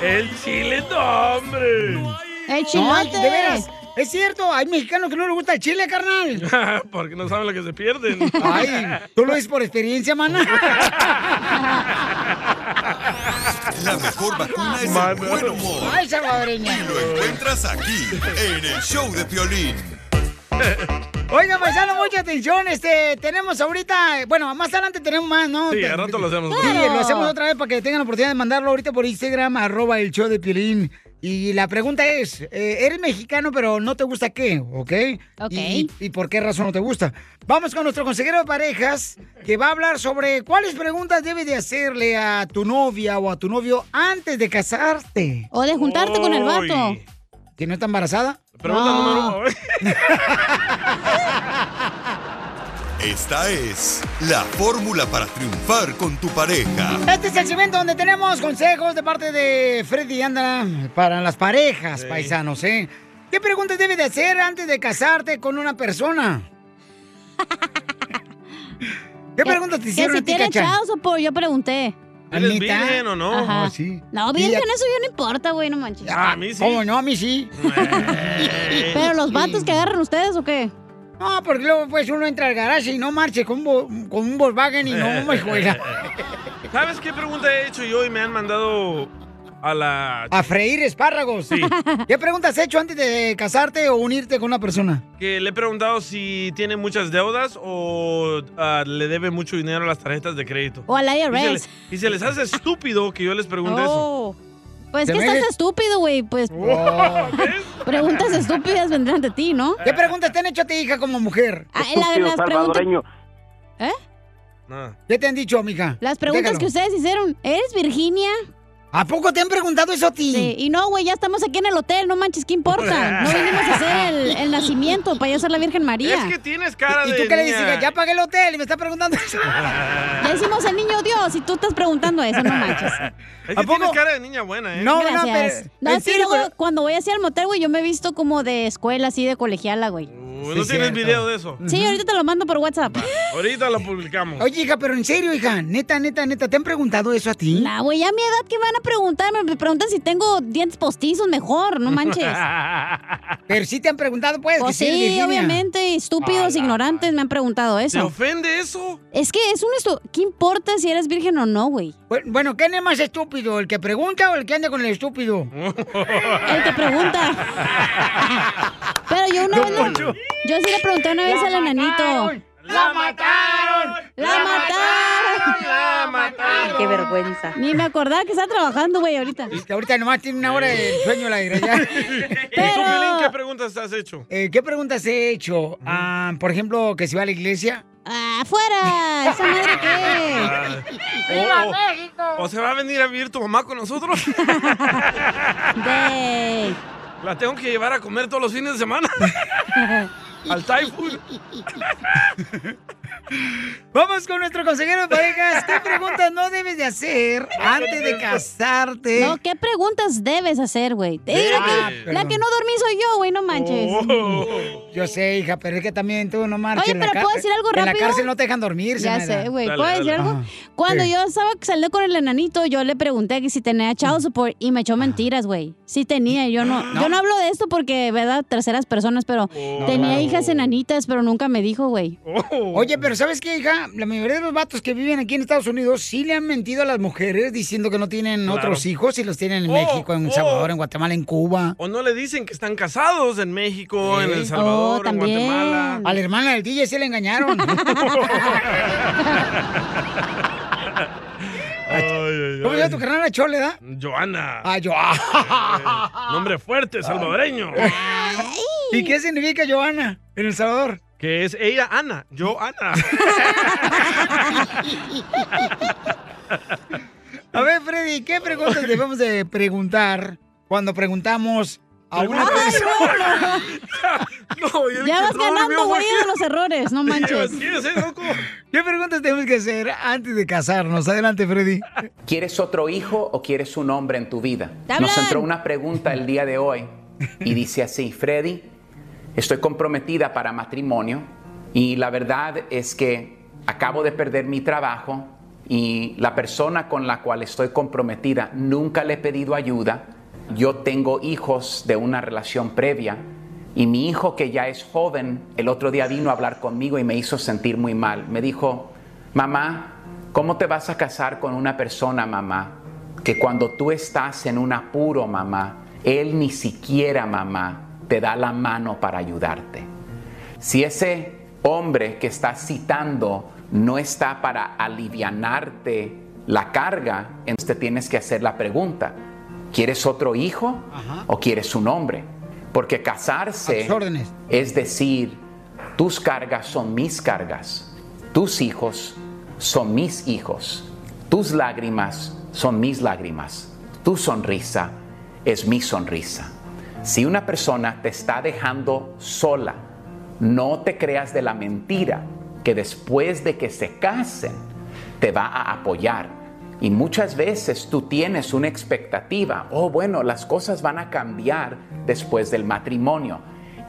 S2: El chile, no, hombre.
S3: El
S1: Ay,
S3: chilote.
S1: de veras, es cierto, hay mexicanos que no les gusta el chile, carnal.
S2: Porque no saben lo que se pierden.
S1: Ay, tú lo dices por experiencia, mana.
S4: La mejor vacuna es el buen humor.
S1: Ay, salvadoreña.
S4: Lo encuentras aquí, en el show de Piolín.
S1: Oiga, paisano, mucha atención. Este, tenemos ahorita, bueno, más adelante tenemos más, ¿no?
S2: Sí, al rato lo hacemos.
S1: Sí, lo hacemos otra vez para que tengan la oportunidad de mandarlo ahorita por Instagram, arroba el show de Piolín. Y la pregunta es, eh, eres mexicano pero no te gusta qué, ¿ok?
S3: Ok.
S1: Y, y por qué razón no te gusta? Vamos con nuestro consejero de parejas que va a hablar sobre cuáles preguntas debes de hacerle a tu novia o a tu novio antes de casarte.
S3: O de juntarte con el vato. Uy.
S1: ¿Que no está embarazada?
S2: Pregunta
S1: No.
S2: número uno.
S4: Esta es la fórmula para triunfar con tu pareja.
S1: Este es el segmento donde tenemos consejos de parte de Freddy Anda para las parejas, paisanos, ¿eh? ¿Qué preguntas debes de hacer antes de casarte con una persona? ¿Qué preguntas te hicieron
S3: Que
S1: a
S3: si
S1: ti,
S3: tiene
S1: Cacha?
S3: chavos o por, yo pregunté.
S1: ¿Eres ¿Anita? virgen o no?
S3: Ajá.
S1: Oh, sí.
S3: No,
S1: Y
S3: virgen,
S1: ya-
S3: eso ya no importa, güey, no manches.
S1: Ah, ¿Cómo no? A mí sí.
S3: Pero los vatos que agarran ustedes o qué?
S1: No, porque luego pues uno entra al garaje y no marche con, un vo- con un Volkswagen y no me juega.
S2: ¿Sabes qué pregunta he hecho yo y me han mandado a la...
S1: A freír espárragos. ¿Qué preguntas has hecho antes de casarte o unirte con una persona?
S2: Que le he preguntado si tiene muchas deudas o ah, le debe mucho dinero a las tarjetas de crédito.
S3: O al
S2: Y se,
S3: IRS.
S2: les, y se les hace estúpido que yo les pregunte eso.
S3: Oh. Pues
S2: ¿Te
S3: que estás
S2: metes?
S3: estúpido, güey. Pues
S2: Oh,
S3: preguntas estúpidas vendrán de ti, ¿no?
S1: ¿Qué preguntas te han hecho a ti, hija, como mujer?
S3: Ah, la de las preguntas, ¿Eh?
S1: ¿Qué te han dicho, mija?
S3: las preguntas
S1: Déjalo.
S3: que ustedes hicieron. ¿Eres Virginia?
S1: ¿A poco te han preguntado eso a ti?
S3: Sí, y no, güey, ya estamos aquí en el hotel, no manches, ¿qué importa? No vinimos a hacer el, el nacimiento para yo ser la Virgen María.
S2: Es que tienes cara
S1: ¿Y
S2: de
S1: tú qué le
S2: niña.
S1: dices? Ya pagué el hotel y me está preguntando eso.
S3: Ya hicimos el niño Dios y tú estás preguntando eso, no manches.
S2: Es que tienes cara de niña buena, ¿eh?
S3: Gracias. No,
S1: eh,
S3: es que luego, cuando voy así al motel, güey, yo me he visto como de escuela, así de colegiala, güey.
S2: Uy, ¿No tienes video de eso?
S3: Sí, ahorita te lo mando por WhatsApp.
S2: Ahorita lo publicamos.
S1: Oye, hija, pero en serio, hija, neta, neta, neta, ¿te han preguntado eso a ti?
S3: Nah, güey, ya a mi edad, ¿qué me van a preguntar? Me preguntan si tengo dientes postizos mejor, no manches.
S1: Pero sí te han preguntado, pues.
S3: Pues
S1: que
S3: sí,
S1: eres Virginia.
S3: obviamente, estúpidos, ignorantes me han preguntado eso.
S1: ¿Te
S2: ofende eso?
S3: Es que es un esto. ¿Qué importa si eres virgen o no, güey?
S1: Bu- Bueno, ¿quién es más estúpido? ¿El que pregunta o el que anda con el estúpido?
S3: El que pregunta. Pero yo una vez. le- yo sí le pregunté una vez al enanito.
S1: ¡La mataron!
S3: ¡La mataron!
S2: ¡La mataron!
S3: ¡Qué vergüenza! Ni me acordaba que estaba trabajando, güey, ahorita.
S1: Es que ahorita nomás tiene una hora de sueño la desgraciada.
S2: ¿Y tú, Piolín, qué preguntas has hecho?
S1: Eh, ¿Qué preguntas he hecho? Ah, por ejemplo, que si va a la iglesia.
S3: ¡Afuera! ¿Esa madre qué?
S2: Ah,
S1: Oh,
S2: o- o- ¿O se va a venir a vivir tu mamá con nosotros? La tengo que llevar a comer todos los fines de semana. Al Thai food.
S1: Vamos con nuestro consejero de parejas. ¿Qué preguntas no debes de hacer antes de casarte?
S3: No, ¿qué preguntas debes hacer, güey? Eh, la,
S1: Ah,
S3: que, la
S1: perdón. Oh.
S3: que no dormí soy yo, güey, no manches.
S2: Oh.
S1: Yo sé, hija, pero es que también tú no marches.
S3: Oye,
S1: en la
S3: pero
S1: car-
S3: ¿puedo decir algo
S1: En
S3: rápido?
S1: la cárcel no te dejan dormir,
S3: Ya
S1: Zenaida.
S3: sé, güey. ¿Puedo decir algo?
S1: Ajá.
S3: Cuando
S1: Sí.
S3: yo estaba saliendo con el enanito, yo le pregunté que si tenía
S1: Mm.
S3: child support y me
S1: Ah.
S3: echó mentiras, güey. Sí tenía, yo no, Yo no hablo de esto porque, ¿verdad? Terceras personas, pero
S1: Oh.
S3: tenía
S1: claro.
S3: hijas enanitas, pero nunca me dijo, güey.
S1: Oye, pero ¿sabes qué, hija? La mayoría de los vatos que viven aquí en Estados Unidos sí le han mentido a las mujeres diciendo que no tienen
S2: Claro.
S1: otros hijos y los tienen en
S2: Oh,
S1: México, en El
S2: oh.
S1: Salvador, en Guatemala, en Cuba.
S2: O no le dicen que están casados en México, Oh, en
S1: Sí. Oh,
S2: El Salvador, en Guatemala.
S1: A la hermana del DJ sí le engañaron. ¿Cómo se llama tu carnal? ¿A Chole, da?
S2: Joana. Eh,
S1: Ah, yo. ah.
S2: Nombre fuerte, salvadoreño.
S1: ¿Y qué significa Joana en El Salvador?
S2: Que es ella, Ana. Yo, Ana.
S1: A ver, Freddy, ¿qué preguntas debemos de preguntar cuando preguntamos a una
S3: Ay,
S1: persona?
S3: Ya vas ganando, güey, de los errores, no manches.
S1: ¿Qué preguntas tenemos que hacer antes de casarnos? Adelante, Freddy.
S17: ¿Quieres otro hijo o quieres un hombre en tu vida?
S1: ¡Te hablan!
S17: Nos entró una pregunta el día de hoy y dice así, Freddy, estoy comprometida para matrimonio y la verdad es que acabo de perder mi trabajo y la persona con la cual estoy comprometida nunca le he pedido ayuda. Yo tengo hijos de una relación previa y mi hijo que ya es joven el otro día vino a hablar conmigo y me hizo sentir muy mal. Me dijo, mamá, ¿Cómo te vas a casar con una persona, mamá, que cuando tú estás en un apuro, mamá, él ni siquiera, mamá, te da la mano para ayudarte? Si ese hombre que está citando no está para alivianarte la carga, entonces te tienes que hacer la pregunta, ¿quieres otro hijo o quieres un hombre? Porque casarse es decir, tus cargas son mis cargas, tus hijos son mis hijos, tus lágrimas son mis lágrimas, tu sonrisa es mi sonrisa. Si una persona te está dejando sola, no te creas de la mentira que después de que se casen te va a apoyar. Y muchas veces tú tienes una expectativa, oh bueno, las cosas van a cambiar después del matrimonio.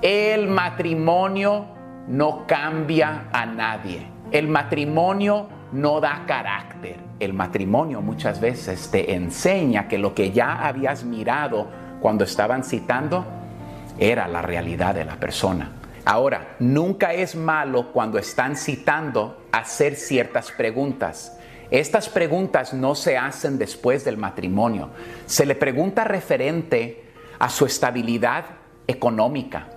S17: El matrimonio no cambia a nadie. El matrimonio no da carácter. El matrimonio muchas veces te enseña que lo que ya habías mirado cuando estaban citando era la realidad de la persona. Ahora, nunca es malo cuando están citando hacer ciertas preguntas. Estas preguntas no se hacen después del matrimonio. Se le pregunta referente a su estabilidad económica.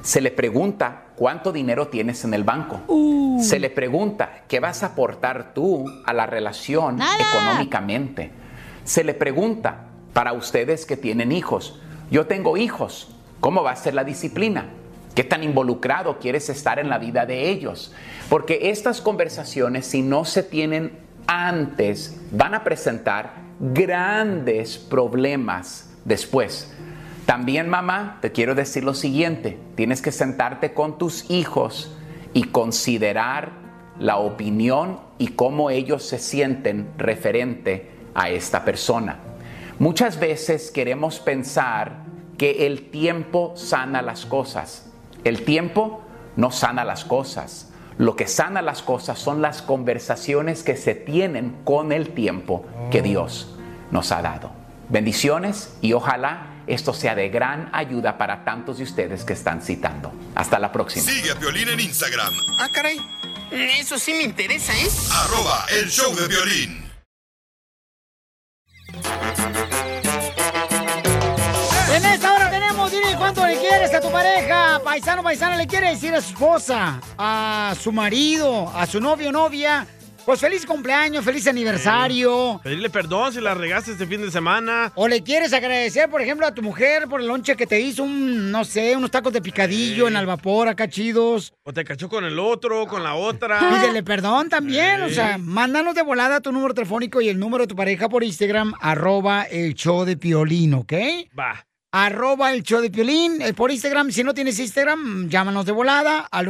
S17: Se le pregunta cuánto dinero tienes en el banco.
S1: Uh.
S17: Se le pregunta qué vas a aportar tú a la relación económicamente. Se le pregunta para ustedes que tienen hijos. Yo tengo hijos. ¿Cómo va a ser la disciplina? ¿Qué tan involucrado quieres estar en la vida de ellos? Porque estas conversaciones, si no se tienen antes, van a presentar grandes problemas después. También, mamá, te quiero decir lo siguiente. Tienes que sentarte con tus hijos y considerar la opinión y cómo ellos se sienten referente a esta persona. Muchas veces queremos pensar que el tiempo sana las cosas. El tiempo no sana las cosas. Lo que sana las cosas son las conversaciones que se tienen con el tiempo que Dios nos ha dado. Bendiciones y ojalá esto sea de gran ayuda para tantos de ustedes que están citando. Hasta la próxima.
S4: Sigue a Piolín en Instagram,
S17: Ah, caray.
S6: Eso sí me interesa, ¿eh?
S4: arroba el show de violín.
S1: En esta hora tenemos, dile cuánto le quieres a tu pareja. Paisano, paisana, le quiere decir a su esposa, a su marido, a su novio, novia. Pues feliz cumpleaños, feliz aniversario.
S2: Eh, Pedirle perdón si la regaste este fin de semana.
S1: O le quieres agradecer, por ejemplo, a tu mujer por el lonche que te hizo, un, no sé, unos tacos de picadillo en al vapor, acá chidos.
S2: O te cachó con el otro, con la otra.
S1: Pídele perdón también, o
S2: Sí.
S1: sea, mándanos de volada tu número telefónico y el número de tu pareja por Instagram, arroba el show de Piolín, ¿ok?
S2: Va.
S1: Arroba el show de Piolín eh, por Instagram. Si no tienes Instagram, llámanos de volada al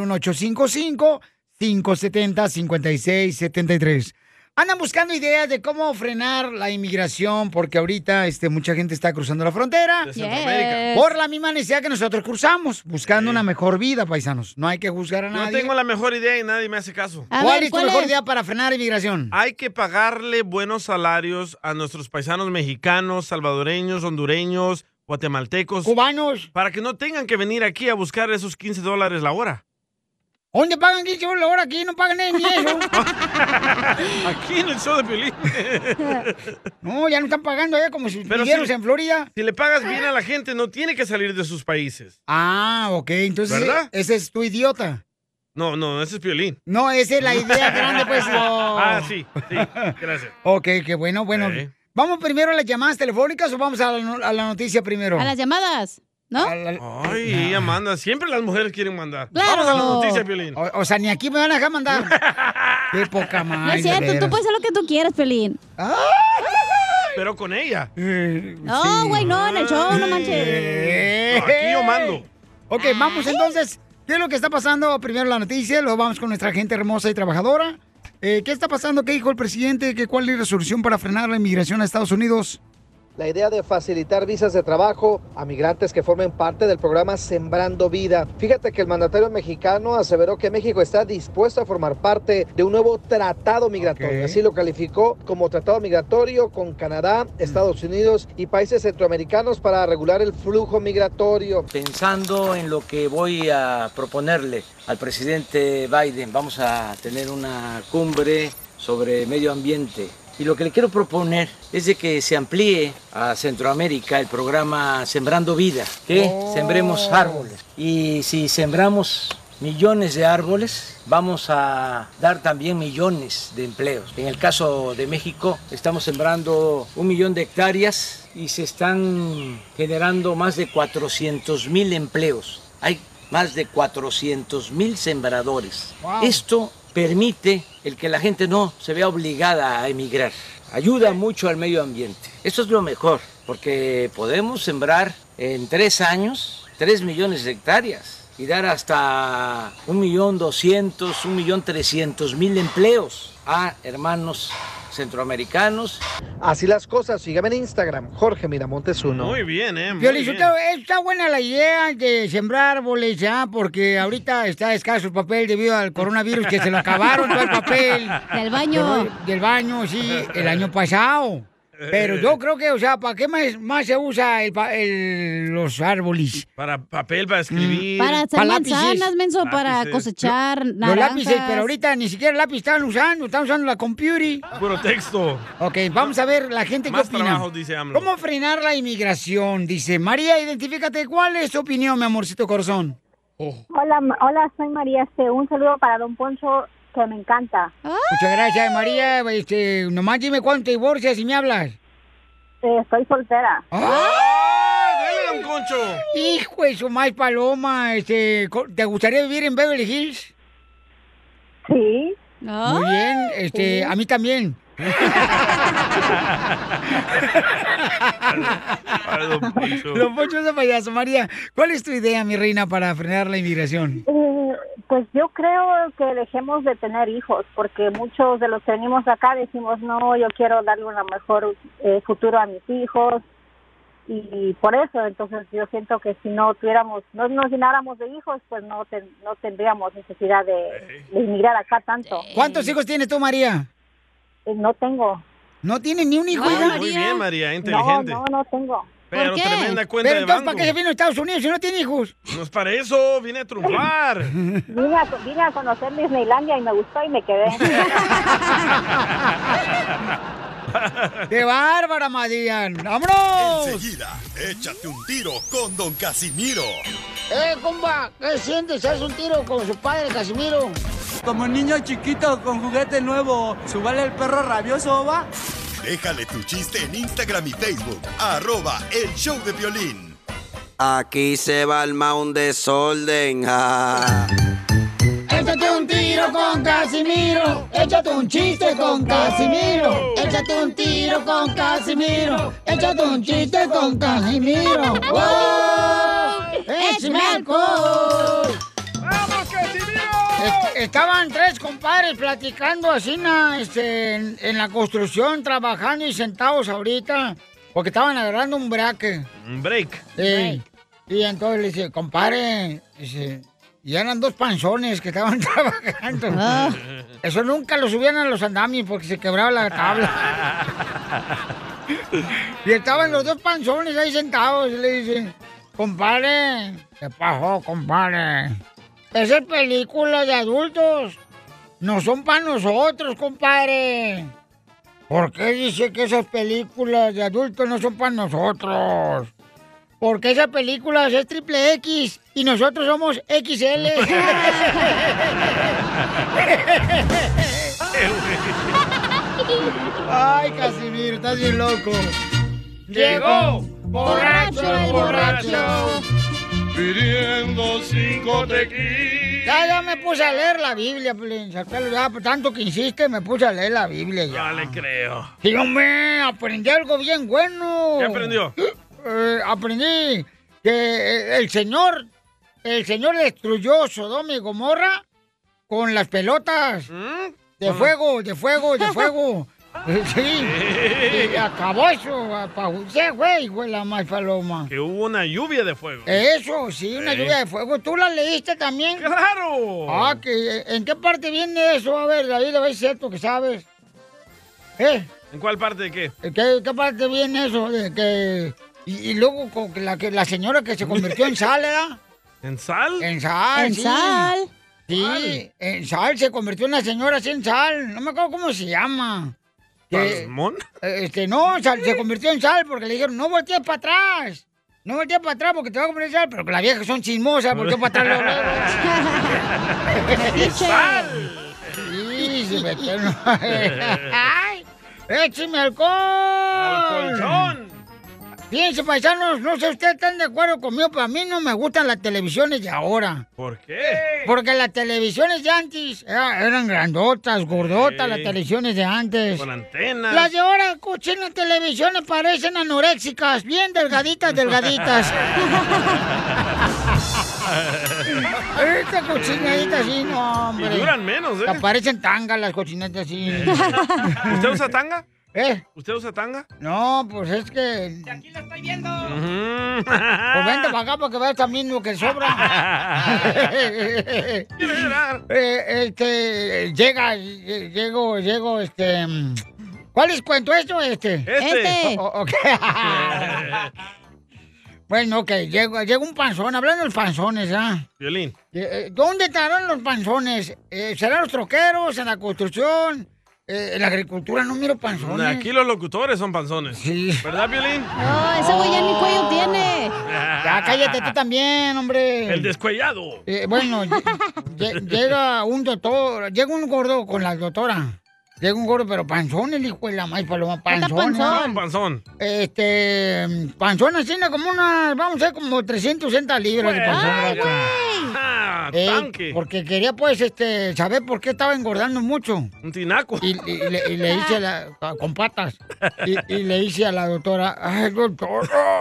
S1: 1855-570-5673. Andan buscando ideas de cómo frenar la inmigración porque ahorita este, mucha gente está cruzando la frontera
S6: De Centroamérica. Yes.
S1: por la misma necesidad que nosotros cruzamos, buscando una mejor vida, paisanos. No hay que juzgar a
S2: No
S1: nadie.
S2: tengo la mejor idea y nadie me hace caso.
S1: ¿Cuál es tu mejor idea para frenar la inmigración?
S2: Hay que pagarle buenos salarios a nuestros paisanos mexicanos, salvadoreños, hondureños, guatemaltecos.
S1: Cubanos.
S2: Para que no tengan que venir aquí a buscar esos 15 dólares la hora.
S1: ¿Dónde pagan 15 dólares la hora? Aquí no pagan ni eso.
S2: Aquí en el show de Piolín.
S1: No, ya no están pagando allá como si
S2: Pero
S1: estuvieran en Florida.
S2: Si le pagas bien a la gente, no tiene que salir de sus países.
S1: Ah, ok. Entonces,
S2: ¿Verdad?
S1: ese es tu idiota.
S2: No, no, ese es Piolín.
S1: No, esa es la idea grande, pues. no.
S2: Ah, sí, sí, gracias. Eh.
S1: Ok, qué bueno, bueno. ¿Vamos primero a las llamadas telefónicas o vamos a la, no- a la noticia primero?
S3: A las llamadas, ¿no?
S2: Ay, ella manda. Siempre las mujeres quieren mandar.
S3: Claro.
S2: Vamos a la noticia, Piolín.
S1: O, o sea, ni aquí me van a dejar mandar. qué poca madre.
S3: No es cierto, tú puedes hacer lo que tú quieras, Pelín.
S1: ¡Ah!
S2: Pero con ella.
S1: Eh,
S3: No, güey, no, en el show, no manches.
S2: No, aquí yo mando.
S1: Ok, vamos entonces. ¿Qué es lo que está pasando? Primero la noticia, luego vamos con nuestra gente hermosa y trabajadora. Eh, ¿Qué está pasando? ¿Qué dijo el presidente? ¿Qué, ¿Cuál es la solución para frenar la inmigración a Estados Unidos?
S5: La idea de facilitar visas de trabajo a migrantes que formen parte del programa Sembrando Vida. Fíjate que el mandatario mexicano aseveró que México está dispuesto a formar parte de un nuevo tratado migratorio. Así lo calificó como tratado migratorio con
S1: Mm.
S5: Canadá, Estados Unidos y países centroamericanos para regular el flujo migratorio.
S21: Pensando en lo que voy a proponerle al presidente Biden, vamos a tener una cumbre sobre medio ambiente. Y lo que le quiero proponer es de que se amplíe a Centroamérica el programa Sembrando Vida, que
S22: Oh.
S21: sembremos árboles. Y si sembramos
S6: millones de árboles, vamos a dar también millones de empleos. En el caso de México, estamos sembrando un millón de hectáreas y se están generando más de 400 mil empleos. Hay más de 400 mil sembradores. Esto permite el que la gente no se vea obligada a emigrar. Ayuda mucho al medio ambiente. Esto es lo mejor, porque podemos sembrar en tres años 3 millones de hectáreas y dar hasta 1.200.000, 1.300.000 empleos a hermanos centroamericanos.
S5: Así las cosas, sígame en Instagram, Jorge Miramontes uno.
S2: Muy bien, ¿eh? Muy
S1: Piolín,
S2: bien.
S1: Sotelo, está buena la idea de sembrar árboles ya, porque ahorita está escaso el papel debido al coronavirus que se lo acabaron todo el papel.
S3: Del baño.
S1: Pero, Del baño, sí, el año pasado. Pero yo creo que, o sea, ¿para qué más, más se usa el pa- el- los árboles?
S2: Para papel, para escribir.
S3: Para hacer
S1: Pa' lápices.
S3: manzanas, menso, para
S2: Lápices.
S3: cosechar
S1: Los
S3: naranjas.
S1: lápices, pero ahorita ni siquiera el lápiz están usando, están usando la computer.
S2: Puro texto.
S1: Ok, vamos a ver la gente qué
S2: Más
S1: opina.
S2: trabajo, dice AMLO.
S1: ¿Cómo frenar la inmigración? Dice María, identifícate. ¿Cuál es tu opinión, mi amorcito corazón?
S7: Hola, ma- hola, soy María. Este, un saludo para Don Poncho que me encanta.
S1: Muchas gracias, María. Este, nomás dime cuánto divorcias y me hablas.
S7: soy Eh, soltera.
S2: don Concho!
S1: ¡Ah! Hijo de su más paloma. Este, co- ¿te gustaría vivir en Beverly Hills?
S7: Sí. Ah,
S1: Muy bien, este,
S7: Sí.
S1: a mí también. Don Poncho es payaso, María. ¿Cuál es tu idea, mi reina, para frenar la inmigración?
S7: Eh, pues yo creo que dejemos de tener hijos, porque muchos de los que venimos acá decimos, no, yo quiero darle un mejor eh, futuro a mis hijos. Y por eso, entonces yo siento que si no tuviéramos, no nos llenáramos de hijos, pues no, ten- no tendríamos necesidad de, de inmigrar acá tanto.
S1: ¿Cuántos hijos tienes tú, María?
S7: Eh, pues No tengo.
S1: ¿No tienes ni un hijo?
S2: Ay,
S1: hija?
S2: muy bien, María, inteligente.
S7: No, no, no tengo.
S2: Pero ¿Por qué? tremenda cuenta
S1: Pero
S2: de
S1: entonces,
S2: banco.
S1: ¿para qué se vino a Estados Unidos si no tiene hijos?
S2: No es para eso, vine a triunfar.
S7: Vine a, vine a conocer Disneylandia y me gustó y me quedé.
S1: ¡Qué bárbara, María! ¡Vámonos!
S4: Enseguida, échate un tiro con Don Casimiro.
S1: ¡Eh, compa! ¿Qué sientes? ¿Haz un tiro con su padre, Casimiro?
S23: Como niño chiquito con juguete nuevo, subale el perro rabioso, va.
S4: Déjale tu chiste en Instagram y Facebook, arroba el show de violín.
S15: Aquí se va el un desorden. ja.
S1: Échate un tiro con Casimiro. Échate un chiste con Casimiro. Échate un tiro con Casimiro. Échate un chiste con Casimiro. ¡Wow! ¡Échame alcohol!
S2: ¡Vamos,
S1: Est- Este, Estaban tres compadres platicando así na, este, en, en la construcción, trabajando y sentados ahorita, porque estaban agarrando un braque.
S2: Un break.
S1: Sí. Y entonces le dice, compadre, dice, y eran dos panzones que estaban trabajando.
S2: Ah.
S1: Eso nunca lo subían a los andamios porque se quebraba la tabla. y estaban los dos panzones ahí sentados y le dice, compadre, ¿qué pasó, compadre? Esas películas de adultos no son para nosotros, compadre. ¿Por qué dice que esas películas de adultos no son para nosotros? Porque esas películas es triple X y nosotros somos XL. Ay, Casimiro, estás bien loco.
S2: Llegó borracho el
S1: borracho.
S2: Pidiendo cinco tequilas.
S1: Ya, ya me puse a leer la Biblia, Piolín. Sotelo, Ya, por tanto que insiste, me puse a leer la Biblia ya.
S2: No le creo.
S1: Y hombre, aprendí algo bien bueno.
S2: ¿Qué aprendió?
S1: Eh, aprendí que eh, el señor, el señor destruyó Sodoma y Gomorra con las pelotas de
S2: ¿Mm? Con-
S1: fuego, de fuego, de fuego. Eh, sí, y acabó eso, apa- se güey, güey, la más paloma.
S2: Que hubo una lluvia de fuego.
S1: Eso, sí, una
S2: Sí.
S1: lluvia de fuego. ¿Tú la leíste también?
S2: ¡Claro!
S1: Ah, que, ¿en qué parte viene eso? A ver, David, a ver si es cierto que sabes. ¿Eh?
S2: ¿En cuál parte de qué?
S1: ¿Qué, qué parte viene eso? De que, y, y luego con que la, que la señora que se convirtió en sal, ¿verdad?
S2: ¿En sal?
S1: En sal.
S2: En
S1: sí.
S2: sal.
S1: Sí,
S2: ¿Cuál?
S1: en sal, se convirtió en una señora así en sal. No me acuerdo cómo se llama. Que,
S2: ¿Salmón?
S1: eh, este, no, sal- se convirtió en sal porque le dijeron, no voltees para atrás. No voltees para atrás porque te va a comenzar, pero que las viejas son chismosas, volteó para atrás. luego, luego.
S6: ¡Piche!
S1: Sí, sí, me tengo- ¡Ay! ¡Écheme alcohol! ¡Al
S2: colchón!
S1: Fíjense, paisanos, no sé ustedes están de acuerdo conmigo, pero a mí no me gustan las televisiones de ahora.
S2: ¿Por qué?
S1: Porque las televisiones de antes era- eran grandotas, gordotas,
S2: Sí.
S1: las televisiones de antes.
S2: Con antenas.
S1: Las de ahora, cochinas televisiones, parecen anoréxicas, bien delgaditas, delgaditas. Esta cochinadita así, no, hombre.
S2: Y duran menos, ¿eh?
S1: Te Parecen tangas las cochinadas así.
S2: ¿Usted usa tanga?
S1: ¿Eh?
S2: ¿Usted usa tanga?
S1: No, pues es que...
S2: Aquí la estoy viendo.
S1: Pues vente para acá para que veas también lo que sobra. Eh, este, llega, eh, llego, llego, este... mm, ¿Cuál es cuento esto este?
S6: Este. Este.
S1: O- o- ok. bueno, ok, llego- llega un panzón, hablando de los panzones, ¿ah?
S2: Violín.
S1: Eh, eh, ¿Dónde estarán los panzones? Eh, ¿Serán los troqueros, en la construcción, Eh, en la agricultura? No miro panzones.
S2: Aquí los locutores son panzones. ¿Verdad, Violín?
S1: No,
S3: Ah, ese güey ya ni cuello tiene.
S1: Oh. Ya cállate tú también, hombre.
S2: El descuellado.
S1: Eh, bueno, lle- lle- llega un doctor, llega un gordo con la doctora. Llega un gordo, pero panzón, el hijo de la maíz paloma, panzón.
S2: Panzón,
S1: ¿no?
S2: panzón.
S1: Este, panzón así, ¿no? como unas, vamos a ver, como 360 libras de panzón.
S2: Ay,
S1: vato.
S2: Ah,
S1: Ey,
S2: tanque.
S1: porque quería, pues, este, saber por qué estaba engordando mucho.
S2: Un tinaco.
S1: Y, y le, y le hice a la- a- con patas. Y, y le hice a la doctora, ay, doctora,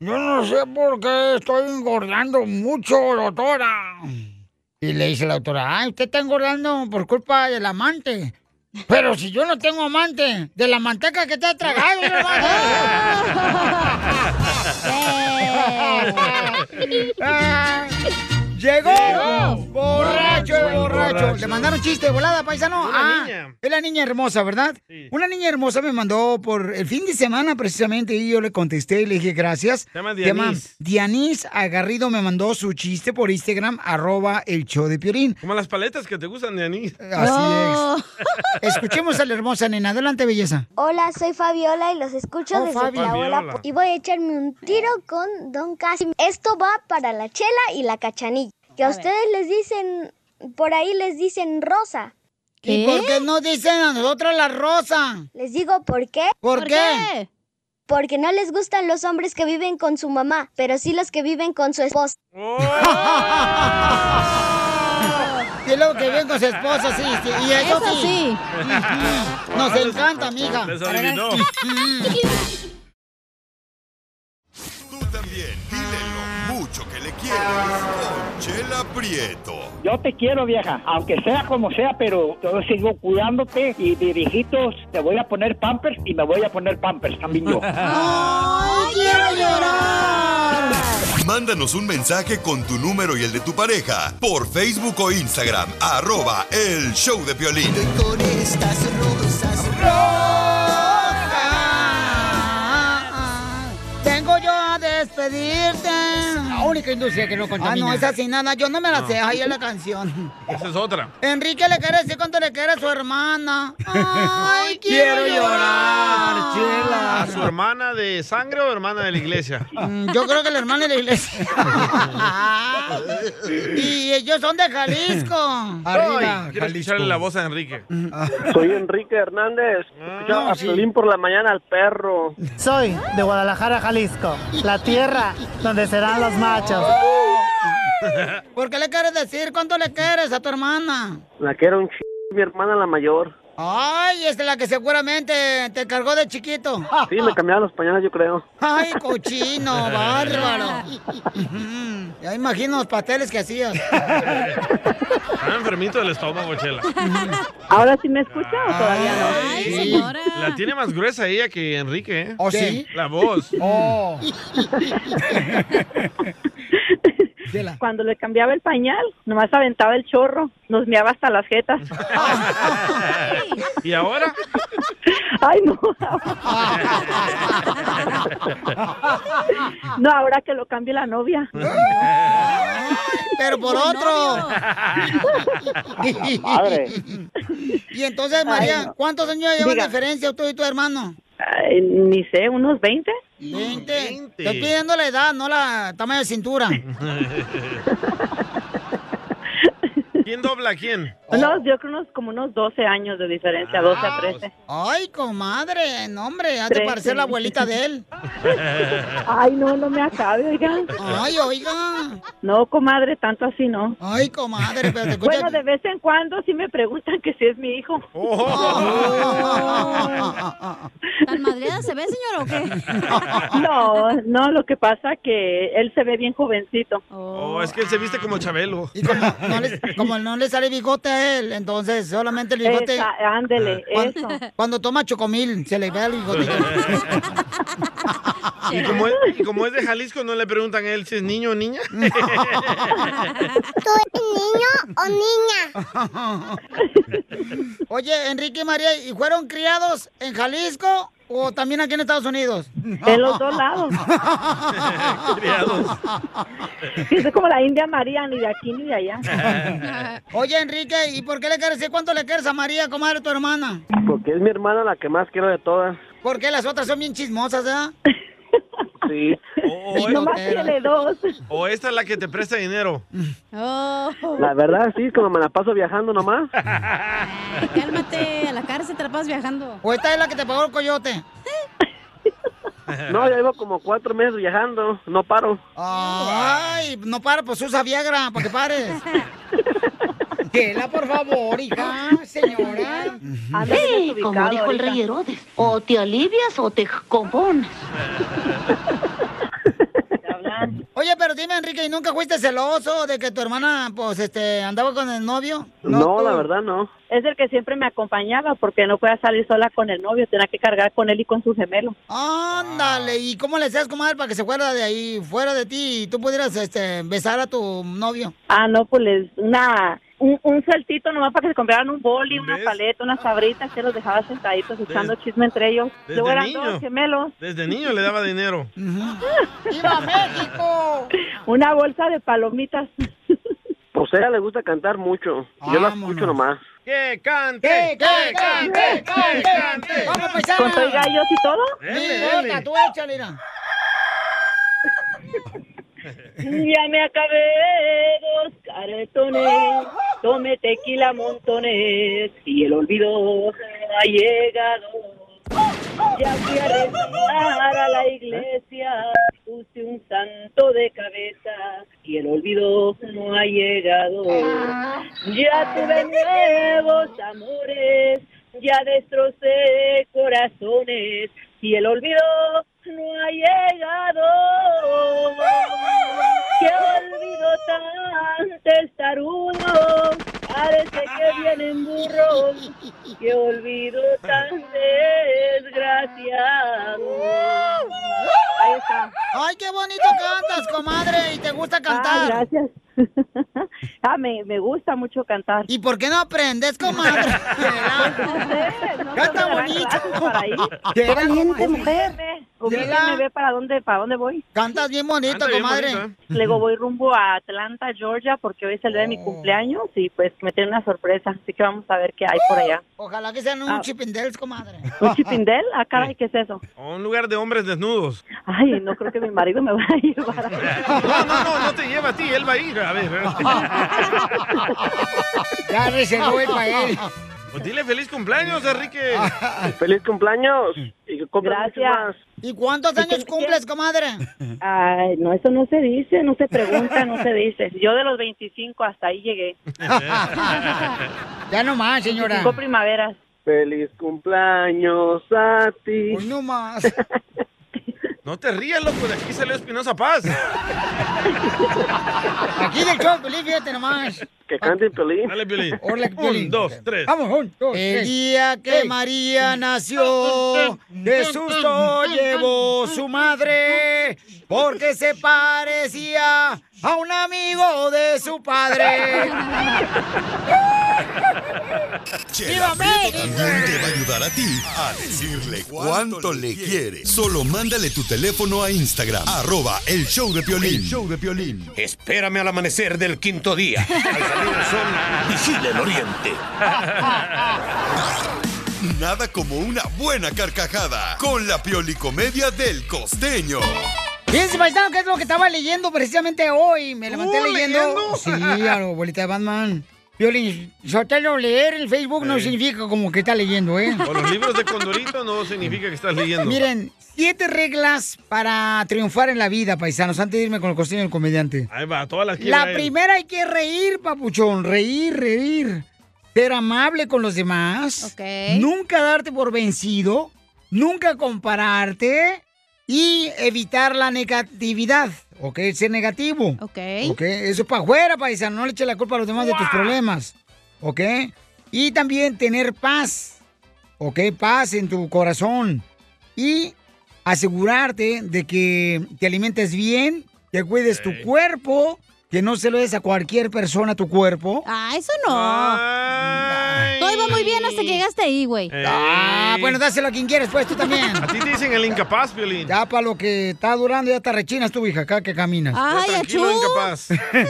S1: yo no sé por qué estoy engordando mucho, doctora. Y le dice la doctora, ay, usted está engordando por culpa del amante. Pero si yo no tengo amante, de la manteca que te ha tragado, no mames". Ah, Llegó, borracho, borracho. Le mandaron chiste de volada, paisano.
S6: Una
S1: ah,
S6: niña.
S1: es la niña hermosa, ¿verdad? Una niña hermosa me mandó por el fin de semana precisamente y yo le contesté y le dije gracias. Se
S2: llama Dianís.
S1: Dianís Agarrido me mandó su chiste por Instagram, arroba el show de Piorín.
S2: Como las paletas que te gustan de anís.
S1: Eh, Así Oh. es. Escuchemos a la hermosa nena. Adelante, belleza.
S9: Hola, soy Fabiola y los escucho
S1: Oh,
S9: desde
S1: Fabi.
S9: Tlahuala
S1: Fabiola.
S9: y voy a echarme un tiro con Don Casimiro. Esto va para la chela y la cachanilla. Que a, ustedes les dicen, por ahí les dicen rosa.
S1: ¿Y por qué no dicen a nosotros la rosa?
S9: Les digo por qué.
S1: ¿Por ¿Por qué?
S9: Porque no les gustan los hombres que viven con su mamá, pero sí los que viven con su esposa.
S1: Y luego que ven con su esposa, sí, sí. Y eso,
S9: Eso sí.
S1: Nos encanta, mija.
S4: Les adivinó. Mucho que le quieres con Chela Prieto.
S10: Yo te quiero, vieja, aunque sea como sea, pero yo sigo cuidándote y de viejitos te voy a poner pampers y me voy a poner pampers también yo.
S1: ¡Ay, quiero llorar!
S4: Mándanos un mensaje con tu número y el de tu pareja por Facebook o Instagram, arroba el show de Piolín.
S6: Con estas rosas
S1: Vengo yo a despedirte. La única industria que no contamina. Ah, no, esa sí, nada. Yo no me la
S2: No.
S1: sé. Ahí es la canción.
S2: Esa es otra.
S1: Enrique le quiere decir cuánto le quiere a su hermana. ¡Ay,
S2: Quiero
S1: quiero
S2: llorar,
S1: llorar,
S2: ¿A su
S1: chela!
S2: hermana de sangre o hermana de la iglesia?
S1: Mm, Yo creo que la hermana de la iglesia. y ellos son de Jalisco.
S2: Ay, quiero escucharle la voz a Enrique.
S11: Soy Enrique Hernández. Escuchaba
S2: Ah, No,
S11: a
S2: sí.
S11: Piolín por la mañana al perro.
S12: Soy de Guadalajara, Jalisco, la tierra donde serán los machos.
S1: ¿Por qué le quieres decir cuánto le quieres a tu hermana?
S11: La que era un ch... mi hermana la mayor.
S1: Ay, es la que seguramente te cargó de chiquito.
S11: Sí, me cambiaron los pañales, yo creo.
S1: Ay, cochino, bárbaro. Ujú. Ya imagino los pasteles que hacías.
S2: Está enfermito del estómago, Chela.
S1: ¿Ahora sí me escucha o
S11: todavía
S1: no?
S2: Sí. La tiene más gruesa ella que Enrique, ¿eh?
S1: ¿Oh, sí?
S2: La voz.
S1: Oh.
S24: Cuando le cambiaba el pañal, nomás aventaba el chorro, nos meaba hasta las jetas.
S2: ¿Y ahora?
S24: Ay, no. No, ahora que lo cambie la novia.
S1: Pero por otro.
S24: Padre.
S1: Y entonces, María,
S24: no.
S1: ¿cuántos años llevan
S24: Diga.
S1: de diferencia tú y tu hermano?
S24: Ay, ni sé, unos 20.
S1: 20. Estoy pidiendo la edad, no la tamaño de cintura.
S2: ¿Quién dobla a quién?
S1: Oh.
S24: No, yo creo unos, como unos 12 años de
S1: Ah.
S24: diferencia, 12 a 13.
S1: Ay, comadre, no, hombre, ha de
S24: Trece.
S1: parecer la abuelita de él.
S24: Ay, no, no me acabe, oiga.
S1: Ay, oiga.
S24: No, comadre, tanto así no.
S1: Ay, comadre, pero te escucha-
S24: Bueno, de vez en cuando sí me preguntan que si es mi hijo.
S3: Oh. ¿Tan madreada se ve, señor, o qué?
S24: No, no, lo que pasa que él se ve bien jovencito.
S2: Oh, es que él se viste como Chabelo.
S1: Como no le sale bigote a él, entonces solamente el bigote.
S24: Esa, ándele,
S1: cuando,
S24: eso.
S1: cuando toma chocomil, se le ve el bigote.
S2: y, como es, y como es de Jalisco, no le preguntan a él si es niño o niña.
S1: ¿Tú niño o niña? Oye, Enrique y María, ¿y fueron criados en Jalisco o también aquí en Estados Unidos?
S24: De los dos lados. Sí, soy como la India María, ni de aquí ni de allá.
S1: Oye, Enrique, ¿y por qué le quieres? ¿Cuánto le quieres a María, comadre, tu hermana?
S11: Porque es mi hermana la que más quiero de todas.
S1: ¿Por qué las otras son bien chismosas, ¿verdad?
S11: Sí.
S24: dos.
S2: O esta es la que te presta dinero.
S3: Oh,
S11: La verdad, sí, como me la paso viajando nomás.
S3: Cálmate, a la cárcel te la pasas viajando.
S1: ¿O esta es la que te pagó el coyote?
S11: No, ya llevo como cuatro meses viajando, no paro.
S1: Ay, no para, pues usa Viagra para que pares. Chela, por favor, hija, señora.
S25: Sí, como dijo el rey Herodes, o te alivias o te compones.
S1: Oye, pero dime, Enrique, ¿y nunca fuiste celoso de que tu hermana, pues, este, andaba con el novio?
S11: No, la verdad no.
S24: Es el que siempre me acompañaba porque no podía salir sola con el novio, tenía que cargar con él y con su gemelo.
S1: Ándale, ¿y cómo le hacías, comadre, para que se fuera de ahí, fuera de ti, y tú pudieras, este, besar a tu novio?
S24: Ah, no, pues les, una, un, un saltito nomás para que se compraran un boli, una paleta, unas sabritas que los dejaba sentaditos echando chisme entre ellos.
S2: desde
S24: Luego eran
S2: niño.
S24: dos gemelos.
S2: Desde niño le daba dinero.
S1: ¡Viva México!
S24: Una bolsa de palomitas.
S11: Pues a ella le gusta cantar mucho. Yo la escucho nomás.
S2: ¡Que cante!
S1: ¡Que
S24: cante,
S1: cante,
S24: que
S1: cante! ¡Vamos, paisana!
S24: ¿Con soy gallos y todo?
S1: Mira, tú échale, mira.
S24: Ya me acabé dos cartones, tomé tequila montones y el olvido ha llegado. Ya fui a rezar a la iglesia, puse un santo de cabeza y el olvido no ha llegado. Ah, Ya tuve nuevos amores, ya destrocé corazones y el olvido no ha llegado. Qué olvido tan testarudo, parece que vienen burros. Qué olvido tan desgraciado. Um, Ahí está.
S1: Ay, qué bonito cantas, comadre, y te gusta cantar.
S24: gracias. ah, me, me gusta mucho cantar.
S1: ¿Y por qué no aprendes, comadre? Ah. Canta bonito.
S24: Valiente mujer.
S1: Chela.
S24: me ve para dónde, para dónde voy.
S1: Cantas bien bonito, Canta bien comadre. bonito, ¿eh?
S24: Luego voy rumbo a Atlanta, Georgia, porque hoy es el día
S1: Oh.
S24: de mi cumpleaños y pues me tiene una sorpresa. Así que vamos a ver qué hay por allá.
S1: Ojalá que sean un
S24: Ah.
S1: chip and Dales, comadre.
S24: ¿Un chipindel? Ah, caray, ¿qué es eso?
S2: O un lugar de hombres desnudos.
S24: Ay, no creo que mi marido me vaya a llevar.
S2: No, no, no, no te lleva a ti, él va a ir. A ver.
S1: Ya reservó el pa' él.
S2: Pues dile feliz cumpleaños, Enrique.
S11: Feliz cumpleaños. Y
S24: Gracias.
S1: ¿Y cuántos años cumples, comadre?
S24: Ay, no, eso no se dice, no se pregunta, no se dice. Yo de los 25 hasta ahí llegué.
S1: Ya no más, señora.
S24: 25 primaveras.
S11: Feliz cumpleaños a ti.
S1: Pues no más.
S2: No te rías, loco, de aquí salió Espinosa Paz.
S1: Aquí del show, Piolín, fíjate nomás.
S11: Que cante Pelín.
S2: Dale, Piolín.
S1: Órale, Piolín.
S2: Un, dos, tres.
S1: Vamos, un, dos, El día que María nació, de susto llevó su madre, porque se parecía a un amigo de su padre.
S4: Chela Prieto también te va a ayudar a ti a decirle cuánto le quieres. Solo mándale tu teléfono a Instagram, arroba el show de Piolín. show de Piolín.
S26: Espérame al amanecer del quinto día. Al salir el sol, vigila el oriente.
S4: Nada como una buena carcajada con la piolicomedia del costeño.
S1: Fíjense, paisano, que es lo que estaba leyendo precisamente hoy. Me levanté
S4: ¿Tú
S1: leyendo.
S4: leyendo?
S1: Sí, a la abuelita de Batman. Violín, Sotelo, leer el Facebook no significa como que está leyendo, ¿eh?
S2: O los libros de Condorito no significa que estás leyendo.
S1: Miren, siete reglas para triunfar en la vida, paisanos, antes de irme con el costeño del comediante.
S2: Ahí va, todas las
S1: La
S2: quiebra él.
S1: primera hay que reír, papuchón, reír, reír. Ser amable con los demás. Nunca darte por vencido. Nunca compararte. Y evitar la negatividad. ¿Ok? Ser negativo.
S3: Ok.
S1: ¿Ok? Eso es para afuera, paisano. No le eches la culpa a los demás de tus problemas. ¿Ok? Y también tener paz. ¿Ok? Paz en tu corazón. Y asegurarte de que te alimentes bien, que cuides tu cuerpo, que no se lo des a cualquier persona tu cuerpo.
S3: Ah, eso no. Todo iba muy bien hasta que llegaste ahí, güey.
S1: Ah, bueno, dáselo a quien quieres, pues tú también. A
S2: ti te dicen el incapaz, Violín.
S1: Ya para lo que está durando, ya está rechinas tú, hija, acá que caminas.
S2: Ay, Tranquilo, achú. incapaz.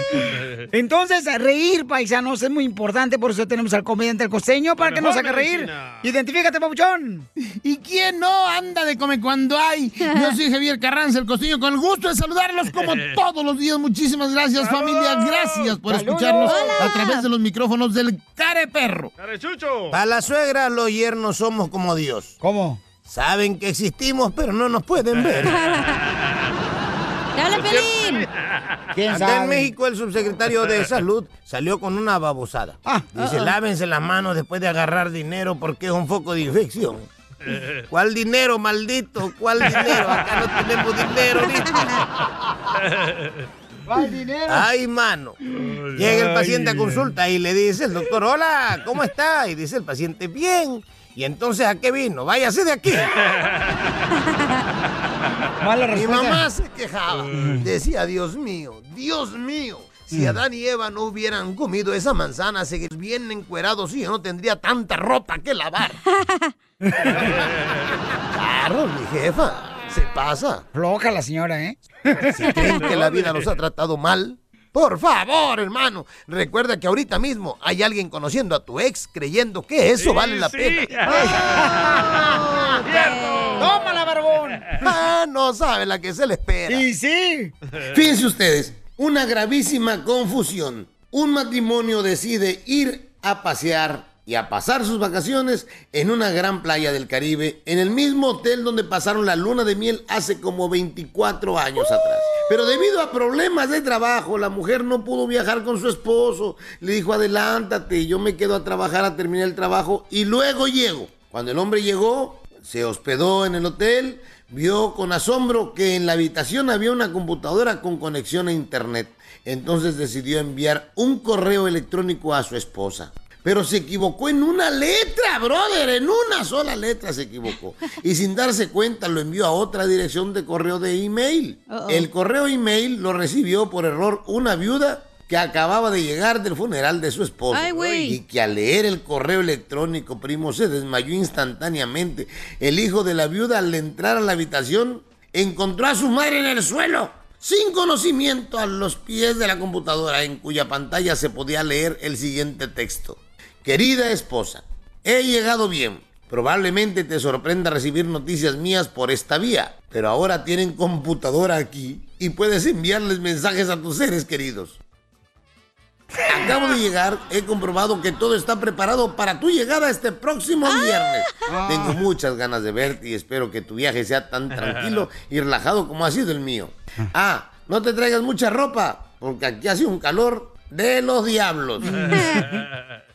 S1: Entonces, reír, paisanos, es muy importante, por eso tenemos al comediante El Costeño para
S15: La
S1: que nos
S15: mejor
S1: haga reír.
S15: medicina.
S1: Identifícate, papuchón.
S15: ¿Y quién no anda de come cuando hay? Yo soy Javier Carranza, el costeño, con el gusto de saludarlos como todos los días. Muchísimas gracias, familia. Gracias por
S13: ¡Saludos!
S15: escucharnos
S13: ¡Hola!
S15: a través de los micrófonos del Care Perro.
S2: ¡Carechucho!
S13: Para la suegra, los yernos somos como Dios.
S1: ¿Cómo?
S13: Saben que existimos, pero no nos pueden ver.
S3: ¡Dale, Pelín!
S1: ¿Quién
S13: Acá
S1: sabe?
S13: en México el subsecretario de Salud salió con una babosada. Dice,
S1: ah, ah.
S13: lávense las manos después de agarrar dinero porque es un foco de infección. ¿Cuál dinero, maldito? ¿Cuál dinero? Acá no tenemos dinero ahorita.
S1: ¿Cuál dinero?
S13: Ay, mano. Llega el paciente a consulta y le dice el doctor, hola, ¿cómo está? Y dice el paciente, bien. Y entonces, ¿a qué vino? Váyase de aquí. Mi
S1: respuesta.
S13: mamá se quejaba. Decía, Dios mío, Dios mío. Si
S1: Mm.
S13: Adán y Eva no hubieran comido esa manzana, seguirían bien encuerados y yo no tendría tanta ropa que lavar. claro, mi jefa. Se pasa.
S1: Floja la señora, ¿eh?
S13: Si creen que la vida los ha tratado mal, por favor, hermano, recuerda que ahorita mismo hay alguien conociendo a tu ex creyendo que eso
S15: Sí,
S13: vale la
S15: sí.
S13: pena.
S1: ¡Tómala, barbón!
S13: Ah, no sabe la que se le espera.
S1: Y sí.
S13: Fíjense ustedes, una gravísima confusión. Un matrimonio decide ir a pasear y a pasar sus vacaciones en una gran playa del Caribe, en el mismo hotel donde pasaron la luna de miel hace como 24 años atrás. Pero debido a problemas de trabajo, la mujer no pudo viajar con su esposo. Le dijo, adelántate, yo me quedo a trabajar a terminar el trabajo y luego llego. Cuando el hombre llegó, se hospedó en el hotel, vio con asombro que en la habitación había una computadora con conexión a internet. Entonces decidió enviar un correo electrónico a su esposa. Pero se equivocó en una letra, brother, en una sola letra se equivocó. Y sin darse cuenta lo envió a otra dirección de correo de email.
S15: Uh-oh.
S13: El correo email lo recibió por error una viuda que acababa de llegar del funeral de su esposo.
S15: Ay, güey.
S13: Y que al leer el correo electrónico, primo, se desmayó instantáneamente. El hijo de la viuda al entrar a la habitación encontró a su madre en el suelo, sin conocimiento, a los pies de la computadora, en cuya pantalla se podía leer el siguiente texto. Querida esposa, he llegado bien. Probablemente te sorprenda recibir noticias mías por esta vía, pero ahora tienen computadora aquí y puedes enviarles mensajes a tus seres queridos. Acabo de llegar, he comprobado que todo está preparado para tu llegada este próximo
S1: Ah.
S13: viernes. Tengo muchas ganas de verte y espero que tu viaje sea tan tranquilo y relajado como ha sido el mío. Ah, no te traigas mucha ropa, porque aquí hace un calor de los diablos.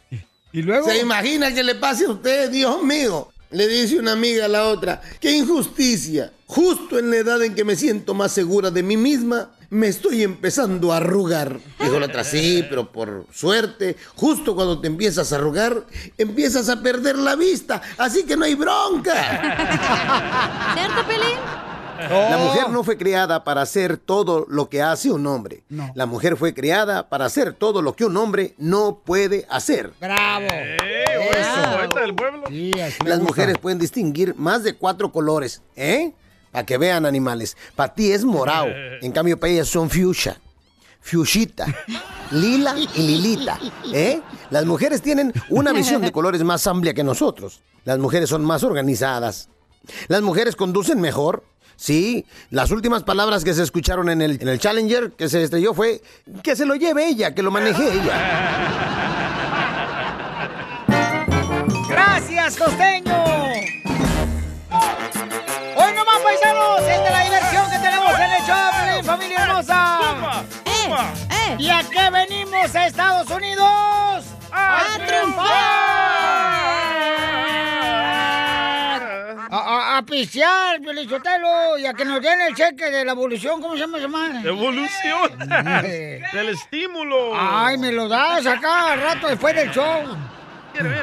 S1: ¿Y luego?
S13: ¿Se imagina que le pase a usted, Dios mío? Le dice una amiga a la otra, qué injusticia. Justo en la edad en que me siento más segura de mí misma, me estoy empezando a arrugar. Dijo la otra, sí, pero por suerte, justo cuando te empiezas a arrugar, empiezas a perder la vista, así que no hay bronca.
S3: ¿Cierto, Pelín?
S13: La
S1: Oh.
S13: mujer no fue creada para hacer todo lo que hace un hombre. La mujer fue creada para hacer todo lo que un hombre no puede hacer.
S1: ¡Bravo!
S2: Poeta del pueblo.
S13: Las mujeres pueden distinguir más de cuatro colores, ¿eh? Para que vean animales. Para ti es morado, en cambio para ellas son fuchsia.
S16: Fushita, Lila y Lilita. ¿eh? Las mujeres tienen una visión de colores más amplia que nosotros. Las mujeres son más organizadas. Las mujeres conducen mejor. Sí, las últimas palabras que se escucharon en el, en el Challenger que se estrelló fue que se lo lleve ella, que lo maneje ella.
S14: ¡Gracias, costeño! ¡Hoy nomás, paisanos! ¡Esta es la diversión que tenemos en el show, Piolín, familia hermosa! Eh, ¿Y a qué venimos a Estados Unidos? ¡A,
S1: A, a, a pistear, Piolín Sotelo, y a que nos den el cheque de la evolución, ¿cómo se llama esa madre?
S2: Evolucionas del estímulo.
S1: Ay, me lo das acá al rato después del show.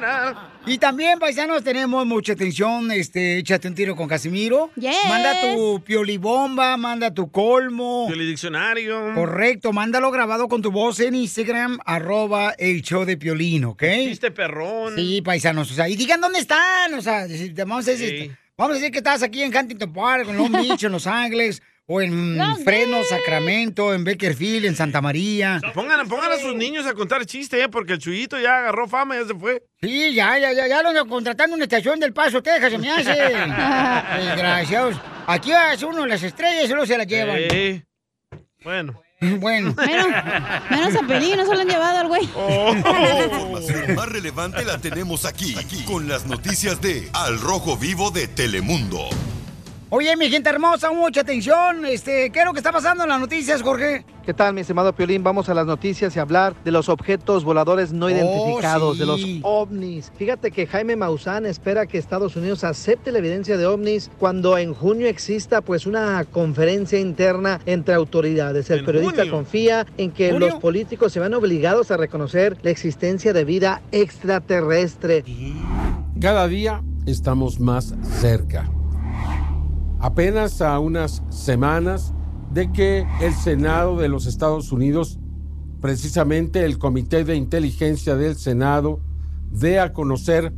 S2: ah.
S1: Y también, paisanos, tenemos mucha atención. Este, échate un tiro con Casimiro. Manda tu piolibomba, manda tu colmo.
S2: El diccionario.
S1: Correcto, mándalo grabado con tu voz en Instagram, arroba el show de Piolín, ¿ok?
S2: Este perrón.
S1: Sí, paisanos, o sea, y digan dónde están, o sea, si te vamos a decir,
S2: Sí.
S1: vamos a decir que estás aquí en Huntington Park, en Long Beach, en Los Ángeles, o en mm, Fresno, Sacramento, en Beckerfield, en Santa María.
S2: Pongan, pongan a sus niños a contar chistes, eh, porque el chuyito ya agarró fama y ya se fue.
S1: Sí, ya, ya, ya, ya lo contrataron en una estación del Paso, Texas, se me hace. Desgraciados. Aquí hace uno las estrellas y luego se las llevan.
S2: Eh, bueno.
S1: Bueno.
S3: Menos, menos a Pelín, no se lo han llevado al güey.
S1: Oh.
S4: información más relevante la tenemos aquí, aquí, con las noticias de Al Rojo Vivo de Telemundo.
S1: Oye, mi gente hermosa, mucha atención. Este, ¿qué es lo que está pasando en las noticias, Jorge?
S5: ¿Qué tal, mi estimado Piolín? Vamos a las noticias y hablar de los objetos voladores no identificados, de los
S1: sí.
S5: ovnis. Fíjate que Jaime Maussan espera que Estados Unidos acepte la evidencia de ovnis cuando en junio exista pues una conferencia interna entre autoridades. El periodista confía en que
S18: ¿Junio?
S5: los políticos se van obligados a reconocer la existencia de vida extraterrestre.
S19: Cada día estamos más cerca. Apenas a unas semanas de que el Senado de los Estados Unidos, precisamente el Comité de Inteligencia del Senado, dé a conocer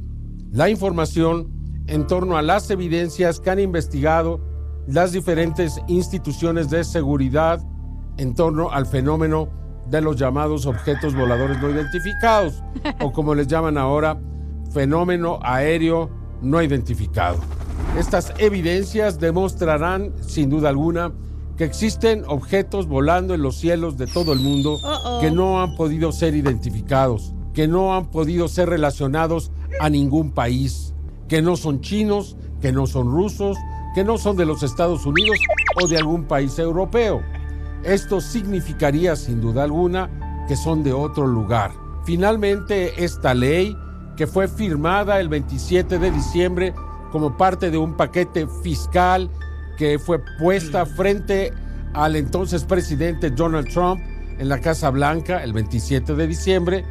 S19: la información en torno a las evidencias que han investigado las diferentes instituciones de seguridad en torno al fenómeno de los llamados objetos voladores no identificados, o como les llaman ahora, fenómeno aéreo no identificado. Estas evidencias demostrarán, sin duda alguna, que existen objetos volando en los cielos de todo el mundo
S20: Uh-oh.
S19: que no han podido ser identificados, que no han podido ser relacionados a ningún país, que no son chinos, que no son rusos, que no son de los Estados Unidos o de algún país europeo. Esto significaría sin duda alguna que son de otro lugar. Finalmente, esta ley, que fue firmada el 27 de diciembre como parte de un paquete fiscal que fue puesta frente al entonces presidente Donald Trump en la Casa Blanca el 27 de diciembre,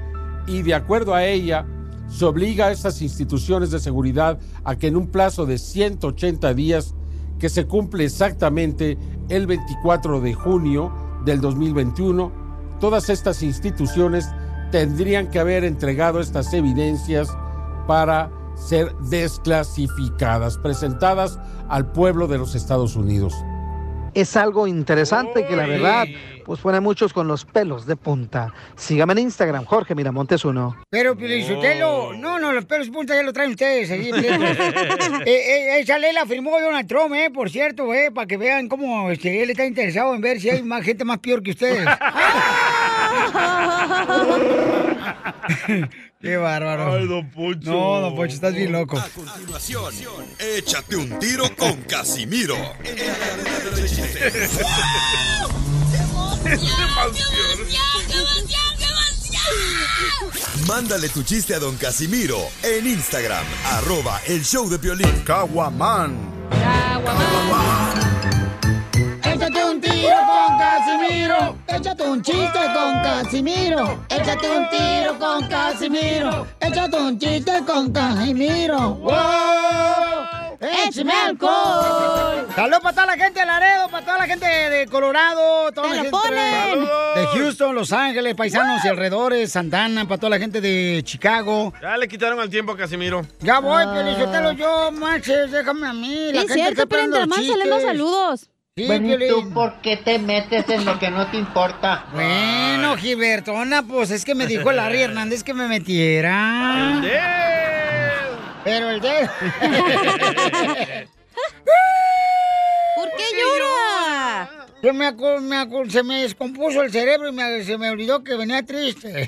S19: y de acuerdo a ella, se obliga a estas instituciones de seguridad a que en un plazo de 180 días que se cumple exactamente el 24 de junio del 2021, todas estas instituciones tendrían que haber entregado estas evidencias para ser desclasificadas, presentadas al pueblo de los Estados Unidos.
S5: Es algo interesante que la verdad pues pone a muchos con los pelos de punta. Sígame en Instagram, Jorge Miramontes 1.
S1: Pero pues,
S4: Oh.
S1: Pilichotelo, no, no, los pelos de punta ya lo traen ustedes. ahí, prietos. Eh, eh, esa ley la firmó Donald Trump, eh, por cierto, eh, para que vean cómo este, él está interesado en ver si hay más gente más peor que ustedes. Qué bárbaro.
S4: Ay, don Poncho.
S1: No, don Pocho, estás bien loco.
S4: A continuación, échate un tiro con Casimiro. Mándale tu chiste a don Casimiro en Instagram, arroba el show de violín. Caguaman.
S1: Échate un tiro con Casimiro. Échate un chiste con Casimiro. Échate un tiro con Casimiro. Échate un chiste con Casimiro. ¡Wow! ¡Échame alcohol! Saludos para toda la gente de Laredo, para toda la gente de Colorado, toda la gente de Houston, Los Ángeles, paisanos y alrededores, Santana, para toda la gente de Chicago.
S2: Ya le quitaron el tiempo a Casimiro.
S1: Ya voy, Pelichotelo, yo, manches, déjame a mí. La
S3: Ah. Sí,
S1: gente
S3: cierto,
S1: está
S3: pero
S1: esperando los
S3: entre más salen los
S1: chistes.
S3: saludos.
S1: Sí,
S7: bueno, ¿y
S1: Piolín.
S7: tú por qué te metes en lo que no te importa?
S1: Bueno, Gilbertona, pues es que me dijo Larry Hernández que me metiera.
S7: El
S1: Pero el dedo.
S3: ¿Por qué llora?
S1: Yo me, acu- me acu- se me descompuso el cerebro y me- se me olvidó que venía triste.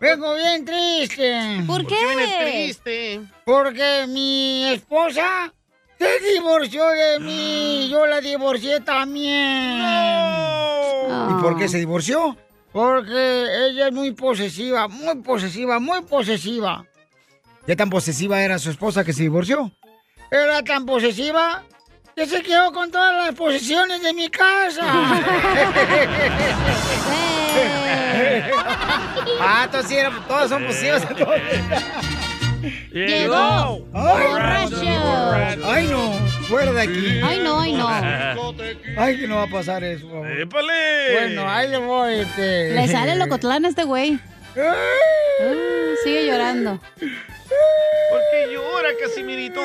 S1: Vengo bien triste.
S3: ¿Por qué? triste?
S1: Porque mi esposa se divorció de mí. Yo la divorcié también. ¿Y por qué se divorció? Porque ella es muy posesiva, muy posesiva, muy posesiva. ¿Qué tan posesiva era su esposa que se divorció? Era tan posesiva que se quedó con todas las posesiones de mi casa. ah, entonces sí era- todos son posesivos. entonces.
S6: Llegó borracho.
S1: Ay, no, fuera de aquí.
S6: Ay, no, ay, no.
S1: Ay, que no va a pasar eso, por favor.
S2: ¡Épale!
S1: Bueno, ahí le voy, este.
S3: Le sale locotlán a este güey. Ah, sigue llorando.
S2: ¿Por qué llora, Casimirito?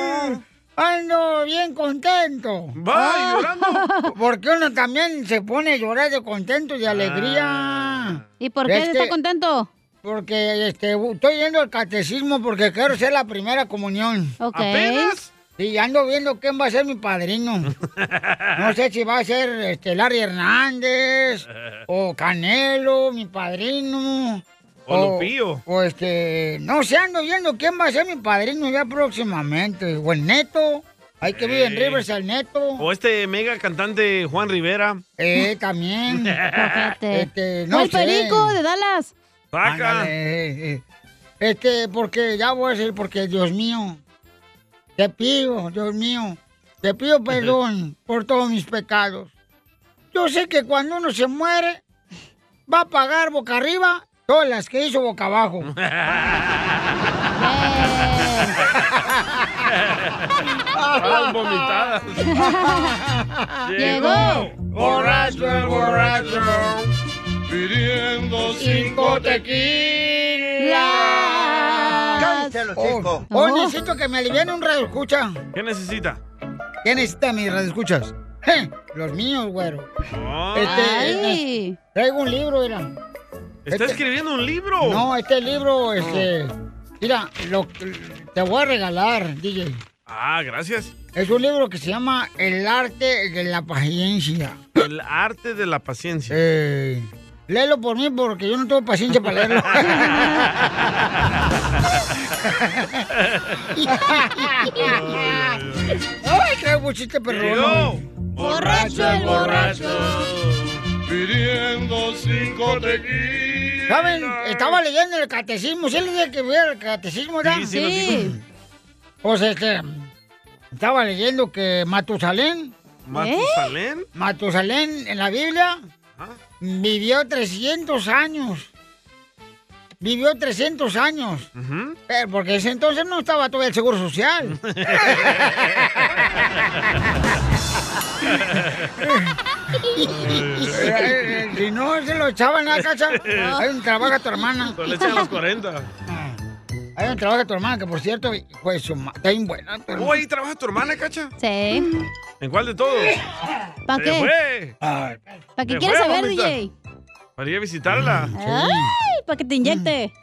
S1: Ando bien contento. Ah,
S2: Va,
S1: llorando. Porque uno también se pone a llorar de contento, de
S2: Ah.
S1: alegría.
S3: ¿Y por qué está
S1: contento? Porque este, bu- estoy yendo al catecismo porque quiero ser la primera comunión.
S3: Ok. ¿Apenas?
S1: Y ando viendo quién va a ser mi padrino. No sé si va a ser este, Larry Hernández o Canelo, mi padrino.
S2: O
S1: Oh.
S2: Lupillo.
S1: O este, no sé, ando viendo quién va a ser mi padrino ya próximamente. O el Neto. Hay que vivir en
S2: Ey.
S1: Rivers el Neto.
S2: O este mega cantante Juan Rivera.
S1: Eh, también. este,
S3: O
S1: no eh,
S3: el perico
S1: de Dallas.
S2: Saca.
S1: Este, porque ya voy a decir, porque Dios mío, te pido, Dios mío, te pido perdón por todos mis pecados. Yo sé que cuando uno se muere, va a pagar boca arriba todas las que hizo boca abajo.
S6: Todas vomitadas.
S1: Llegó borracho el borracho
S6: pidiendo
S1: cinco tequilas.
S6: Cállate los
S1: Oh,
S6: cinco.
S1: oh, necesito que me alivien un radio escucha.
S2: ¿Qué necesita?
S1: ¿Qué necesita mi radio escuchas? Je, Los míos, güero. Este,
S3: Ay.
S1: traigo un libro, mira. Este,
S2: ¿Está escribiendo un libro? Ah.
S1: No, este libro, este. Mira, lo, te voy a regalar, DJ.
S2: Ah, gracias.
S1: Es un libro que se llama El arte de la paciencia.
S2: El arte de la paciencia.
S1: Eh, Léelo por mí porque yo no tengo paciencia para leerlo. Ay, traigo un chiste perrón.
S6: Borracho el borracho. Pidiendo cinco tequilas.
S1: ¿Saben? Estaba leyendo el catecismo. ¿Sí le dije que viera el catecismo, ¿verdad?
S6: Sí, sí nos dijo.
S1: Pues este. Estaba leyendo que Matusalén. ¿Eh?
S2: ¿Matusalén?
S1: Matusalén en la Biblia vivió 300 años. Vivió 300 años. Pero porque ese entonces no estaba todavía el seguro social. Eh, eh, si no, se lo echaban a la casa. Ahí donde trabaja tu hermana.
S2: Con leche a los 40.
S1: Ah. Ahí donde trabaja tu hermana, que por cierto, pues su ma- está bien buena. tu hermana.
S2: ¿Oh, ahí trabaja tu hermana, Cacha?
S3: Sí.
S2: ¿En cuál de todos?
S3: ¿Pa
S2: Se
S3: qué?
S2: fue.
S3: ¿Para qué
S2: Se
S3: quieres
S2: fue a
S3: saber,
S2: vomitar.
S3: DJ?
S2: Para ir a visitarla.
S1: Mm,
S3: Ay, para que te inyecte.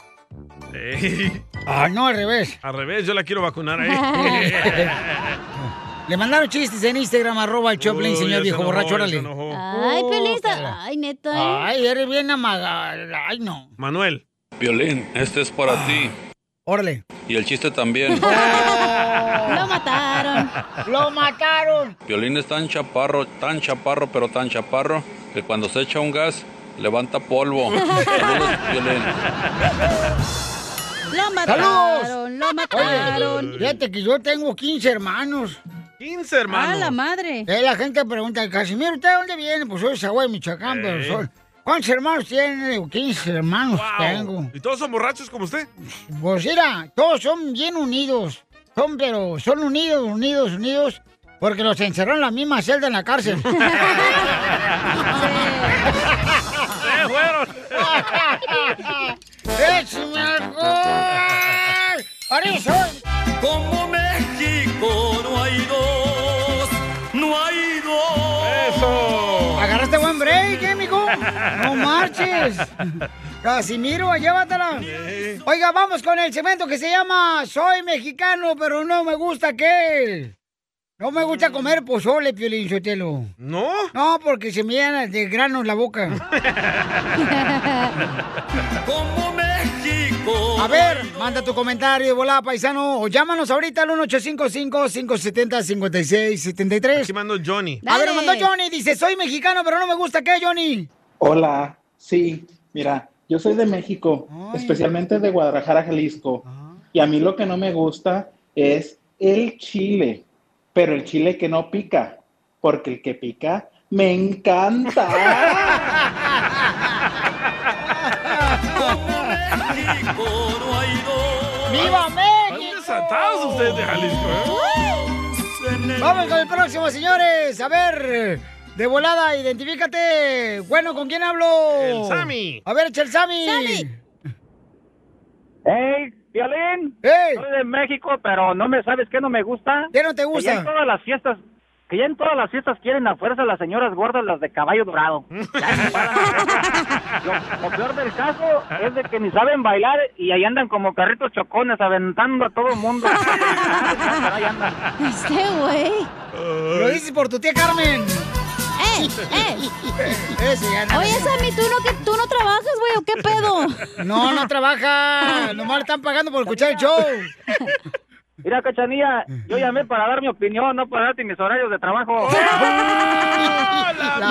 S2: Ey.
S1: Ah, no, al revés.
S2: Al revés, yo la quiero vacunar ahí.
S1: Le mandaron chistes en Instagram, arroba el Choplin,
S2: Uy, ya
S1: señor
S2: se
S1: viejo
S2: enojó,
S1: borracho,
S2: ya se
S1: órale.
S2: enojó.
S3: Ay,
S1: Oh,
S3: pelista.
S1: cara.
S3: Ay, eh. neto.
S1: Ay, eres bien amaga. Ay, no.
S2: Manuel.
S17: Violín, este es para ti.
S1: Órale.
S17: Y el chiste también.
S1: Lo mataron. Lo mataron.
S17: Violín es tan chaparro, tan chaparro, pero tan chaparro, que cuando se echa un gas, levanta polvo. Saludos, Piolín.
S3: Lo
S1: ¡Saludos!
S3: mataron. Lo mataron.
S1: Oye, fíjate que yo tengo 15 hermanos.
S2: 15 hermanos.
S1: Ah, la
S3: madre.
S1: la gente pregunta, Casimiro, ¿usted de dónde viene? Pues soy de Sahuay, Michoacán, pero
S2: Eh.
S1: soy... ¿Cuántos hermanos tiene? Digo, 15 hermanos
S2: Wow.
S1: tengo.
S2: ¿Y todos son borrachos como usted?
S1: Pues mira, todos son bien unidos. Son, pero son unidos, unidos, unidos. Porque los encerraron en la misma celda en la cárcel.
S6: ¡Se
S2: fueron!
S1: ¡Échame alcohol! ¡Arizo!
S6: Como México no hay dos, no hay dos.
S1: qué, ¿eh, mijo? No marches. Casimiro, llévatela. Oiga, vamos con el segmento que se llama Soy mexicano, pero no me gusta que... No me gusta comer pozole, Piolín Sotelo.
S2: ¿No?
S1: No, porque se me llena de granos la boca.
S27: Como México.
S1: A ver, manda tu comentario de volada, paisano, o llámanos ahorita al 1855-570-5673. Aquí
S2: mandó Johnny.
S1: A ver,
S2: Dale.
S1: mandó Johnny, dice, soy mexicano, pero no me gusta qué, Johnny.
S5: Hola, sí, mira, yo soy de México, especialmente de Guadalajara, Jalisco, y a mí lo que no me gusta es el chile, pero el chile que no pica, porque el que pica me encanta.
S1: ¡Viva México!
S2: desatados ustedes de Jalisco, ¿eh?
S1: Vamos con el próximo, señores. A ver, de volada, identifícate. Bueno, ¿con quién hablo?
S2: El Sammy.
S1: A ver, echa el Sammy.
S18: ¡Ey, Violín! Soy de México, pero no me sabes qué no me gusta.
S1: ¿Qué no te
S18: Que ya
S1: gusta?
S18: en todas las fiestas, que ya en todas las fiestas quieren a fuerza las señoras gordas, las de caballo dorado. Ya ni para. lo, lo peor del caso es de que ni saben bailar y ahí andan como carritos chocones aventando a todo el mundo. Ahí andan.
S1: Este güey.
S2: Ah.
S1: Lo dices por tu tía Carmen.
S3: ¡Eh!
S1: ¡Eh! Ese ya no-
S3: Oye, Sammy, ¿tú no, que, ¿tú no trabajas, güey, o qué pedo?
S1: No, no trabaja. Nomás le están pagando por escuchar el show.
S18: Mira, Cachanilla, yo llamé para dar mi opinión, no para darte mis horarios de trabajo.
S27: La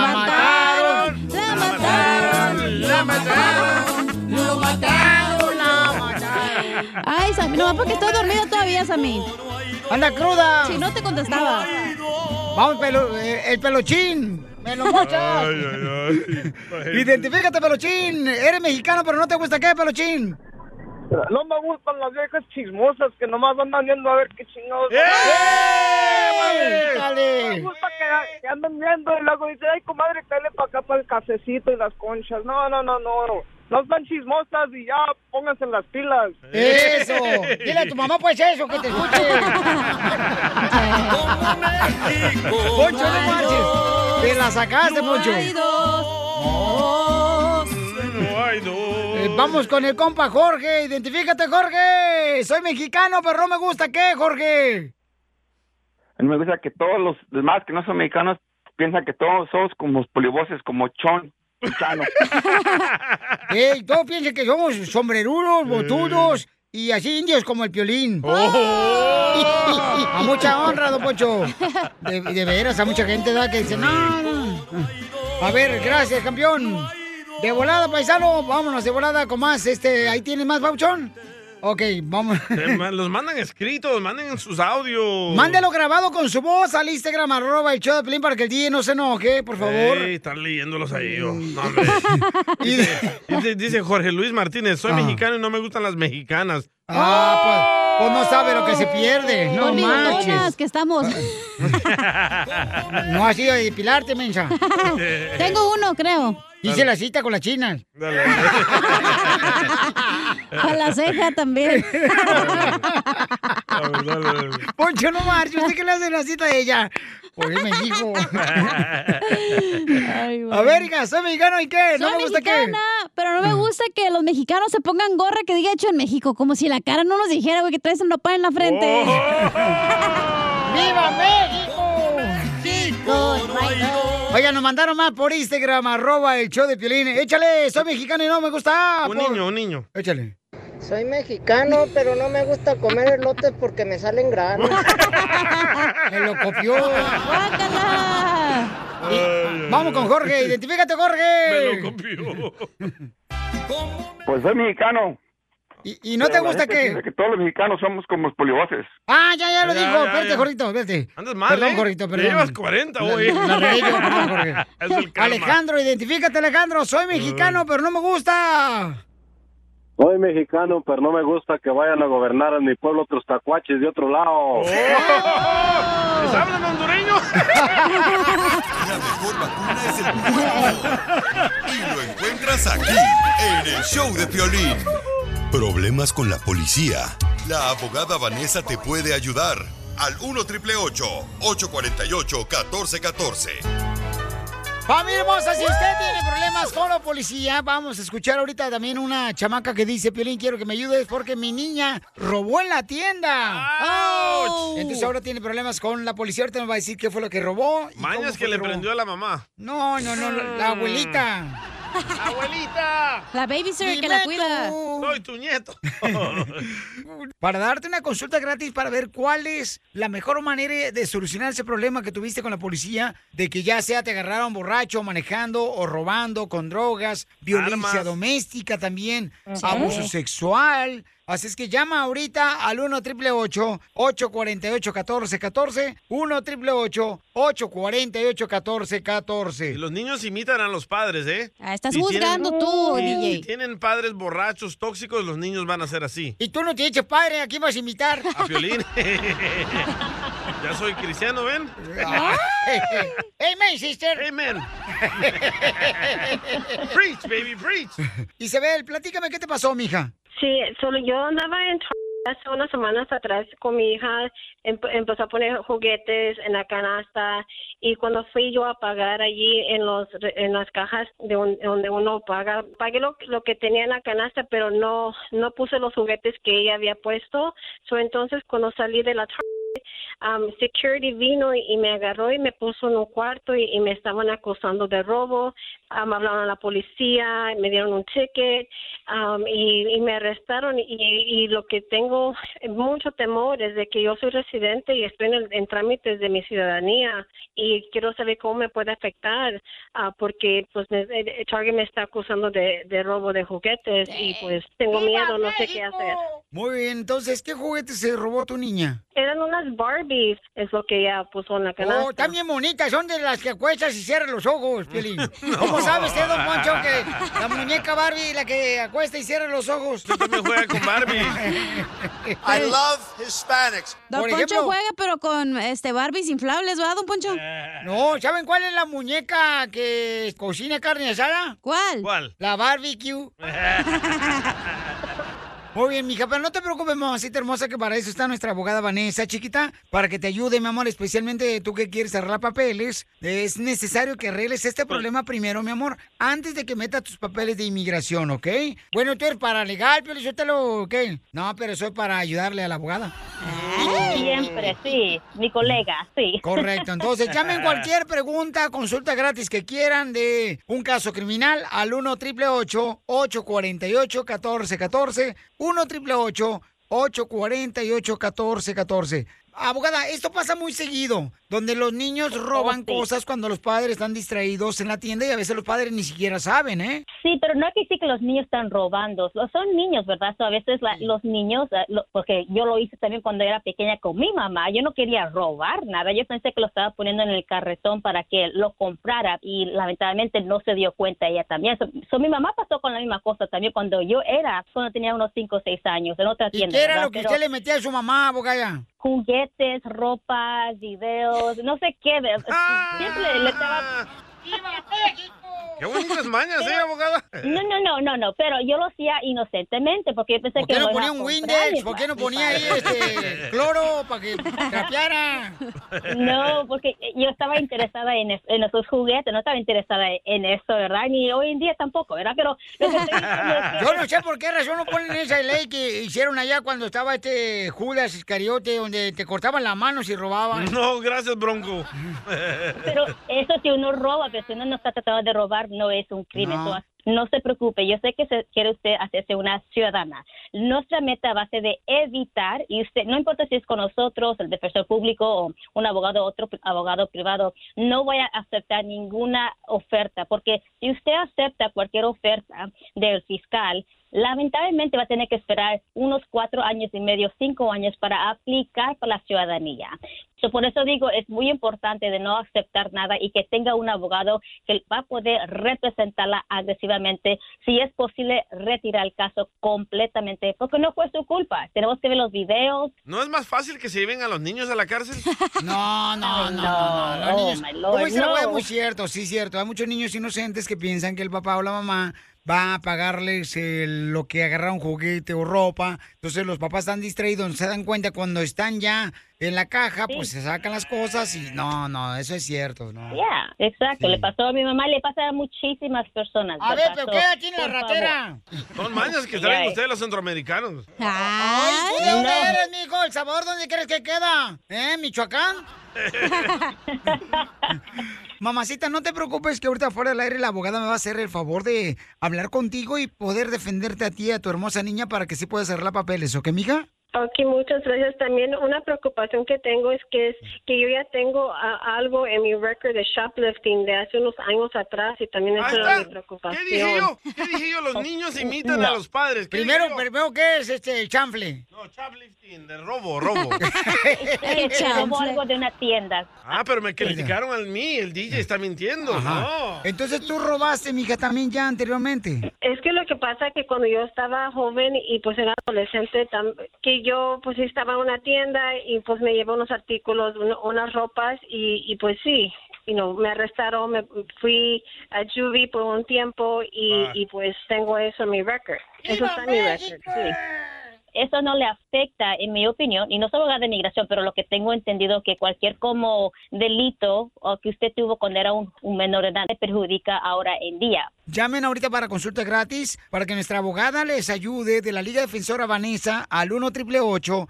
S27: mataron, la mataron, la mataron, lo mataron, la mataron.
S3: Ay, Sammy, no, porque estoy dormido todavía, Sammy.
S1: ¡Anda cruda!
S3: Si no te contestaba.
S1: Vamos, pelo- eh, el pelochín. Me lo mochas. Identifícate, pelochín. Eres mexicano, pero no te gusta qué, pelochín.
S14: No me gustan las viejas chismosas que nomás andan viendo a ver qué chingados.
S1: ¡Eh!
S14: No me gusta que, que andan viendo y luego dice, ay comadre, dale para acá para el cafecito y las conchas. No, no, no, no. No están chismosas y ya pónganse las pilas.
S1: Eso. Dile a tu mamá, pues eso, que te escuche. Poncho, no marches. Te la sacaste, Poncho. Eh, vamos con el compa Jorge. Identifícate, Jorge. Soy mexicano, pero no me gusta qué, Jorge.
S10: A mí me gusta que todos los demás que no son mexicanos piensan que todos somos como polivoces, como Chon. y Chano.
S1: Ey, todos piensan que somos sombrerudos, botudos y así indios como el piolín. A mucha honra, don Poncho. De, de veras, a mucha gente da que dice, no, no". A ver, gracias, campeón. De volada, paisano, vámonos de volada con más. Este, ahí tienes más, Pauchón. Ok, vamos.
S2: Te ma- Los mandan escritos, manden sus audios.
S1: Mándalo grabado con su voz al Instagram, arroba el show de Piolín, para que el DJ no se enoje, por favor.
S2: Ey, están leyéndolos ahí yo. No, hombre. dice, dice- dice Jorge Luis Martínez, soy mexicano y no me gustan las mexicanas.
S1: Ah, pues, pues no sabe lo que se pierde. No
S3: Con
S1: manches. Ah,
S3: bigotonas que estamos.
S1: No ha sido de depilarte, mensa.
S3: Tengo uno, creo.
S1: Hice la cita con las chinas.
S3: A la ceja también.
S1: Poncho, no marche. ¿Usted qué le hace la cita a ella? Por ahí me dijo. A ver, hija, soy mexicano y qué.
S3: Soy
S1: no me gusta Mm. qué.
S3: mexicana, pero no me gusta que los mexicanos se pongan gorra que diga hecho en México, como si la cara no nos dijera, güey, que traes un nopal en la frente.
S1: Oh, ¡Viva México! Oiga, nos mandaron más por Instagram, arroba el show de Piolín. Échale, soy mexicano y no me gusta.
S2: Un
S1: por-
S2: niño, un niño.
S1: Échale.
S10: Soy mexicano, pero no me gusta comer elotes porque me salen granos.
S1: Me lo copió. Y- Vamos con Jorge, identifícate, Jorge.
S10: Me lo Pues soy mexicano.
S1: ¿Y, no te gusta qué?
S10: Que todos los mexicanos somos como polivoces.
S1: Ah, ya, ya lo
S10: Ya,
S1: dijo.
S10: ya,
S1: Espérate,
S10: ya.
S1: Jorgito, vete.
S10: Andas mal,
S1: Perdón,
S10: ¿eh?
S1: Jorgito,
S10: Ya
S1: perdón.
S10: llevas 40
S1: La-
S10: hoy.
S1: la- la regué yo, perdón, Jorge.
S2: Es el karma.
S1: Alejandro, identifícate, Alejandro. Soy mexicano, pero no me gusta.
S28: Soy mexicano, pero no me gusta que vayan a gobernar en mi pueblo otros tacuaches de otro
S1: Oh.
S10: Oh.
S28: lado.
S2: ¿Les hablan hondureño?
S4: Lo encuentras aquí, en el show de Piolín. Problemas con la policía. La abogada Vanessa te puede ayudar. Al 1 888 848 1414
S1: Familia hermosa, si usted tiene problemas con la policía, vamos a escuchar ahorita también una chamaca que dice, Piolín, quiero que me ayudes porque mi niña robó en la tienda. Oh. Entonces ahora tiene problemas con la policía, ahorita nos va a decir qué fue lo que robó. y cómo
S2: Mañas
S1: fue
S2: que le
S1: robó.
S2: prendió a la mamá.
S1: No, no, no, la la abuelita.
S2: ¡Abuelita!
S3: La babysitter que la cuida.
S2: Soy tu nieto.
S1: Para darte una consulta gratis para ver cuál es la mejor manera de solucionar ese problema que tuviste con la policía, de que ya sea te agarraron borracho, manejando o robando con drogas, violencia
S2: Armas.
S1: doméstica también,
S2: Sí.
S1: abuso sexual. Así es que llama ahorita al 1 888 848 1414 1 888 848 1414
S2: Los niños imitan a los padres, ¿eh?
S1: Ah, estás
S2: Si
S1: juzgando tú,
S2: si-
S1: DJ.
S2: Si tienen padres borrachos, tóxicos, los niños van a ser así.
S1: Y tú no te eches padre, aquí vas a imitar.
S2: A Piolín. ya soy cristiano, ¿ven?
S1: Ah. Amen, sister.
S2: Amen.
S1: preach, baby, preach. Isabel, platícame qué te pasó, mija.
S9: Sí, solo yo andaba en Target hace unas semanas atrás con mi hija, Em- empezó a poner juguetes en la canasta y cuando fui yo a pagar allí en los en las cajas de un- donde uno paga, pagué lo, lo que tenía en la canasta, pero no no puse los juguetes que ella había puesto. So, entonces cuando salí de la Target, um, security vino y, y me agarró y me puso en un cuarto y, y me estaban acusando de robo. Um, hablaron a la policía, me dieron un ticket um, y, y me arrestaron. Y, y lo que tengo mucho temor es de que yo soy residente y estoy en, el- en trámites de mi ciudadanía y quiero saber cómo me puede afectar ah, porque pues me- eh, Target me está acusando de, de robo de juguetes y pues tengo miedo, no sé qué hacer.
S1: Muy bien, entonces, ¿qué juguete se robó tu niña?
S9: Eran unas Barbies, es lo que ella puso en la canasta.
S1: Oh, están bien bonitas, son de las que acuestas y cierras los ojos, Piolín. ¿Cómo sabe usted, don Poncho, que la muñeca Barbie la que acuesta y cierra los ojos? Yo
S2: también juega con Barbie.
S3: I love
S1: Hispanics.
S3: Don
S1: Por
S3: Poncho
S1: ejemplo,
S3: juega, pero con este Barbies inflables, ¿verdad, Don Poncho?
S1: No, ¿saben cuál es la muñeca que cocina carne asada?
S3: ¿Cuál?
S2: ¿Cuál?
S1: La barbecue. Muy bien, mija, pero no te preocupes, mamacita hermosa, que para eso está nuestra abogada Vanessa, chiquita, para que te ayude, mi amor, especialmente tú que quieres arreglar papeles. Es necesario que arregles este problema primero, mi amor, antes de que metas tus papeles de inmigración, ¿ok? Bueno, tú eres paralegal, pero yo te lo... ¿Qué? No, pero soy para ayudarle a la abogada.
S9: Siempre, sí. Mi colega, sí.
S1: Correcto, entonces llamen cualquier pregunta, consulta gratis que quieran de un caso criminal al 1 888 848 1414 1 888 848 1414 Abogada, esto pasa muy seguido, donde los niños
S9: Oh,
S1: roban cosas cuando los padres están distraídos en la tienda y a veces los padres ni siquiera saben, ¿eh?
S9: Sí, pero no hay que decir que los niños están robando. Lo- Son niños, ¿verdad? So, a veces la- los niños, eh, lo- porque yo lo hice también cuando era pequeña con mi mamá, yo no quería robar nada. Yo pensé que lo estaba poniendo en el carretón para que lo comprara y lamentablemente no se dio cuenta ella también. So, so, mi mamá pasó con la misma cosa también cuando yo era, cuando tenía unos 5 o 6 años, en otra
S1: ¿Y
S9: tienda.
S1: qué era
S9: ¿verdad?
S1: lo que
S9: Pero-
S1: usted le metía a su mamá, abogada?
S9: juguetes, ropa, videos, no sé qué. de-
S1: Ah.
S9: Siempre le, le estaba...
S2: ¡Qué bonitas mañas, eh, abogada!
S9: No, no, no, no, no, pero yo lo hacía inocentemente porque yo pensé
S1: ¿Por
S9: que...
S1: qué no
S9: lo iba a
S1: ponía un
S9: comprar,
S1: Windex?
S9: mi
S1: ¿Por qué no
S9: pa- mi
S1: ponía ahí
S9: padre.
S1: este cloro para que trapeara?
S9: No, porque yo estaba interesada en, es- en esos juguetes, no estaba interesada en eso, ¿verdad? Ni hoy en día tampoco, ¿verdad? Pero lo que estoy diciendo es que-
S1: Yo no sé por qué razón no ponen esa ley que hicieron allá cuando estaba este Judas Iscariote, donde te cortaban las manos y robaban.
S2: No, gracias, Bronco.
S9: Pero eso si uno roba, pero si uno no está tratando de robar, no es un crimen.
S2: No.
S9: Entonces, No, se preocupe, yo sé que se, quiere usted hacerse una ciudadana. Nuestra meta va a ser de evitar, y usted, no importa si es con nosotros, el defensor público o un abogado, otro pri- abogado privado, no voy a aceptar ninguna oferta, porque si usted acepta cualquier oferta del fiscal, lamentablemente va a tener que esperar unos cuatro años y medio, cinco años para aplicar para la ciudadanía. So, por eso digo, es muy importante de no aceptar nada y que tenga un abogado que va a poder representarla agresivamente, si es posible retirar el caso completamente, porque no fue su culpa. Tenemos que ver los videos.
S2: ¿No es más fácil que se lleven a los niños a la cárcel?
S1: No, no, no, no, no,
S9: no,
S1: los niños-
S9: my lord,
S1: Como dice la
S9: no.
S1: abogada, muy cierto, sí, cierto. Hay muchos niños inocentes que piensan que el papá o la mamá va a pagarles eh, lo que agarraron juguete o ropa. Entonces los papás están distraídos, no se dan cuenta cuando están ya en la caja, pues se sacan las cosas y no, no, eso es cierto, no.
S9: Yeah, exacto. Le pasó a mi mamá, le pasa a muchísimas personas.
S1: A
S9: Le
S1: ver, pero
S9: pasó,
S1: ¿qué edad tiene la
S9: por favor.
S1: ratera?
S2: Son mañas que
S9: Ya,
S2: traen
S9: eh.
S2: ustedes los centroamericanos.
S1: Ay, ¿tú ¿De dónde eres, mijo? ¿El sabor dónde crees que queda? ¿Eh, Michoacán? Mamacita, no te preocupes que ahorita fuera del aire la abogada me va a hacer el favor de hablar contigo y poder defenderte a ti y a tu hermosa niña para que sí puedas arreglar papeles, ¿ok, mija?
S29: Ok, muchas gracias. También una preocupación que tengo es que es que yo ya tengo a- algo en mi record de shoplifting de hace unos años atrás y también
S2: Ahí
S29: eso era
S2: está.
S29: mi
S2: Ah, ¿Qué
S29: preocupación.
S2: dije yo? ¿Qué dije yo? Los niños imitan a
S1: No.
S2: los padres. ¿Qué
S1: Primero,
S2: dije yo?
S1: primero, ¿qué es este el chanfle?
S2: No, shoplifting, de robo, robo.
S9: Es que robó algo de una tienda.
S2: ah, pero me criticaron a mí, el DJ está mintiendo. No.
S1: Entonces tú robaste, mija, también ya anteriormente.
S29: Es que lo que pasa es que cuando yo estaba joven y pues era adolescente, tam- que yo pues sí estaba en una tienda y pues me llevé unos artículos, un- unas ropas y, y pues sí, you know, me arrestaron, me fui a Juvie por un tiempo y,
S9: Ah.
S29: y pues tengo eso en mi record. Eso está en mi record, sí.
S9: Eso no le afecta, en mi opinión, y no soy abogada de migración, pero lo que tengo entendido que cualquier como delito o que usted tuvo cuando era un, un menor de edad le perjudica ahora en día.
S1: Llamen ahorita para consulta gratis para que nuestra abogada les ayude de la Liga Defensora Vanessa al 1 848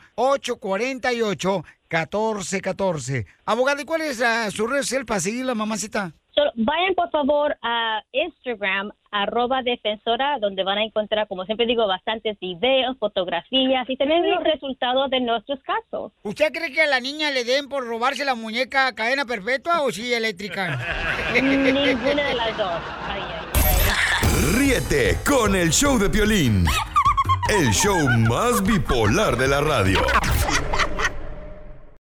S1: 1414 Abogada, ¿y cuál es la, su red social para seguir la mamacita?
S9: Solo vayan por favor a Instagram, arroba defensora, donde van a encontrar, como siempre digo, bastantes videos, fotografías y también los resultados de nuestros casos.
S1: ¿Usted cree que a la niña le den por robarse la muñeca cadena perpetua o sí eléctrica?
S9: Ninguna de las dos.
S4: Ríete con el show de Piolín, el show más bipolar de la radio.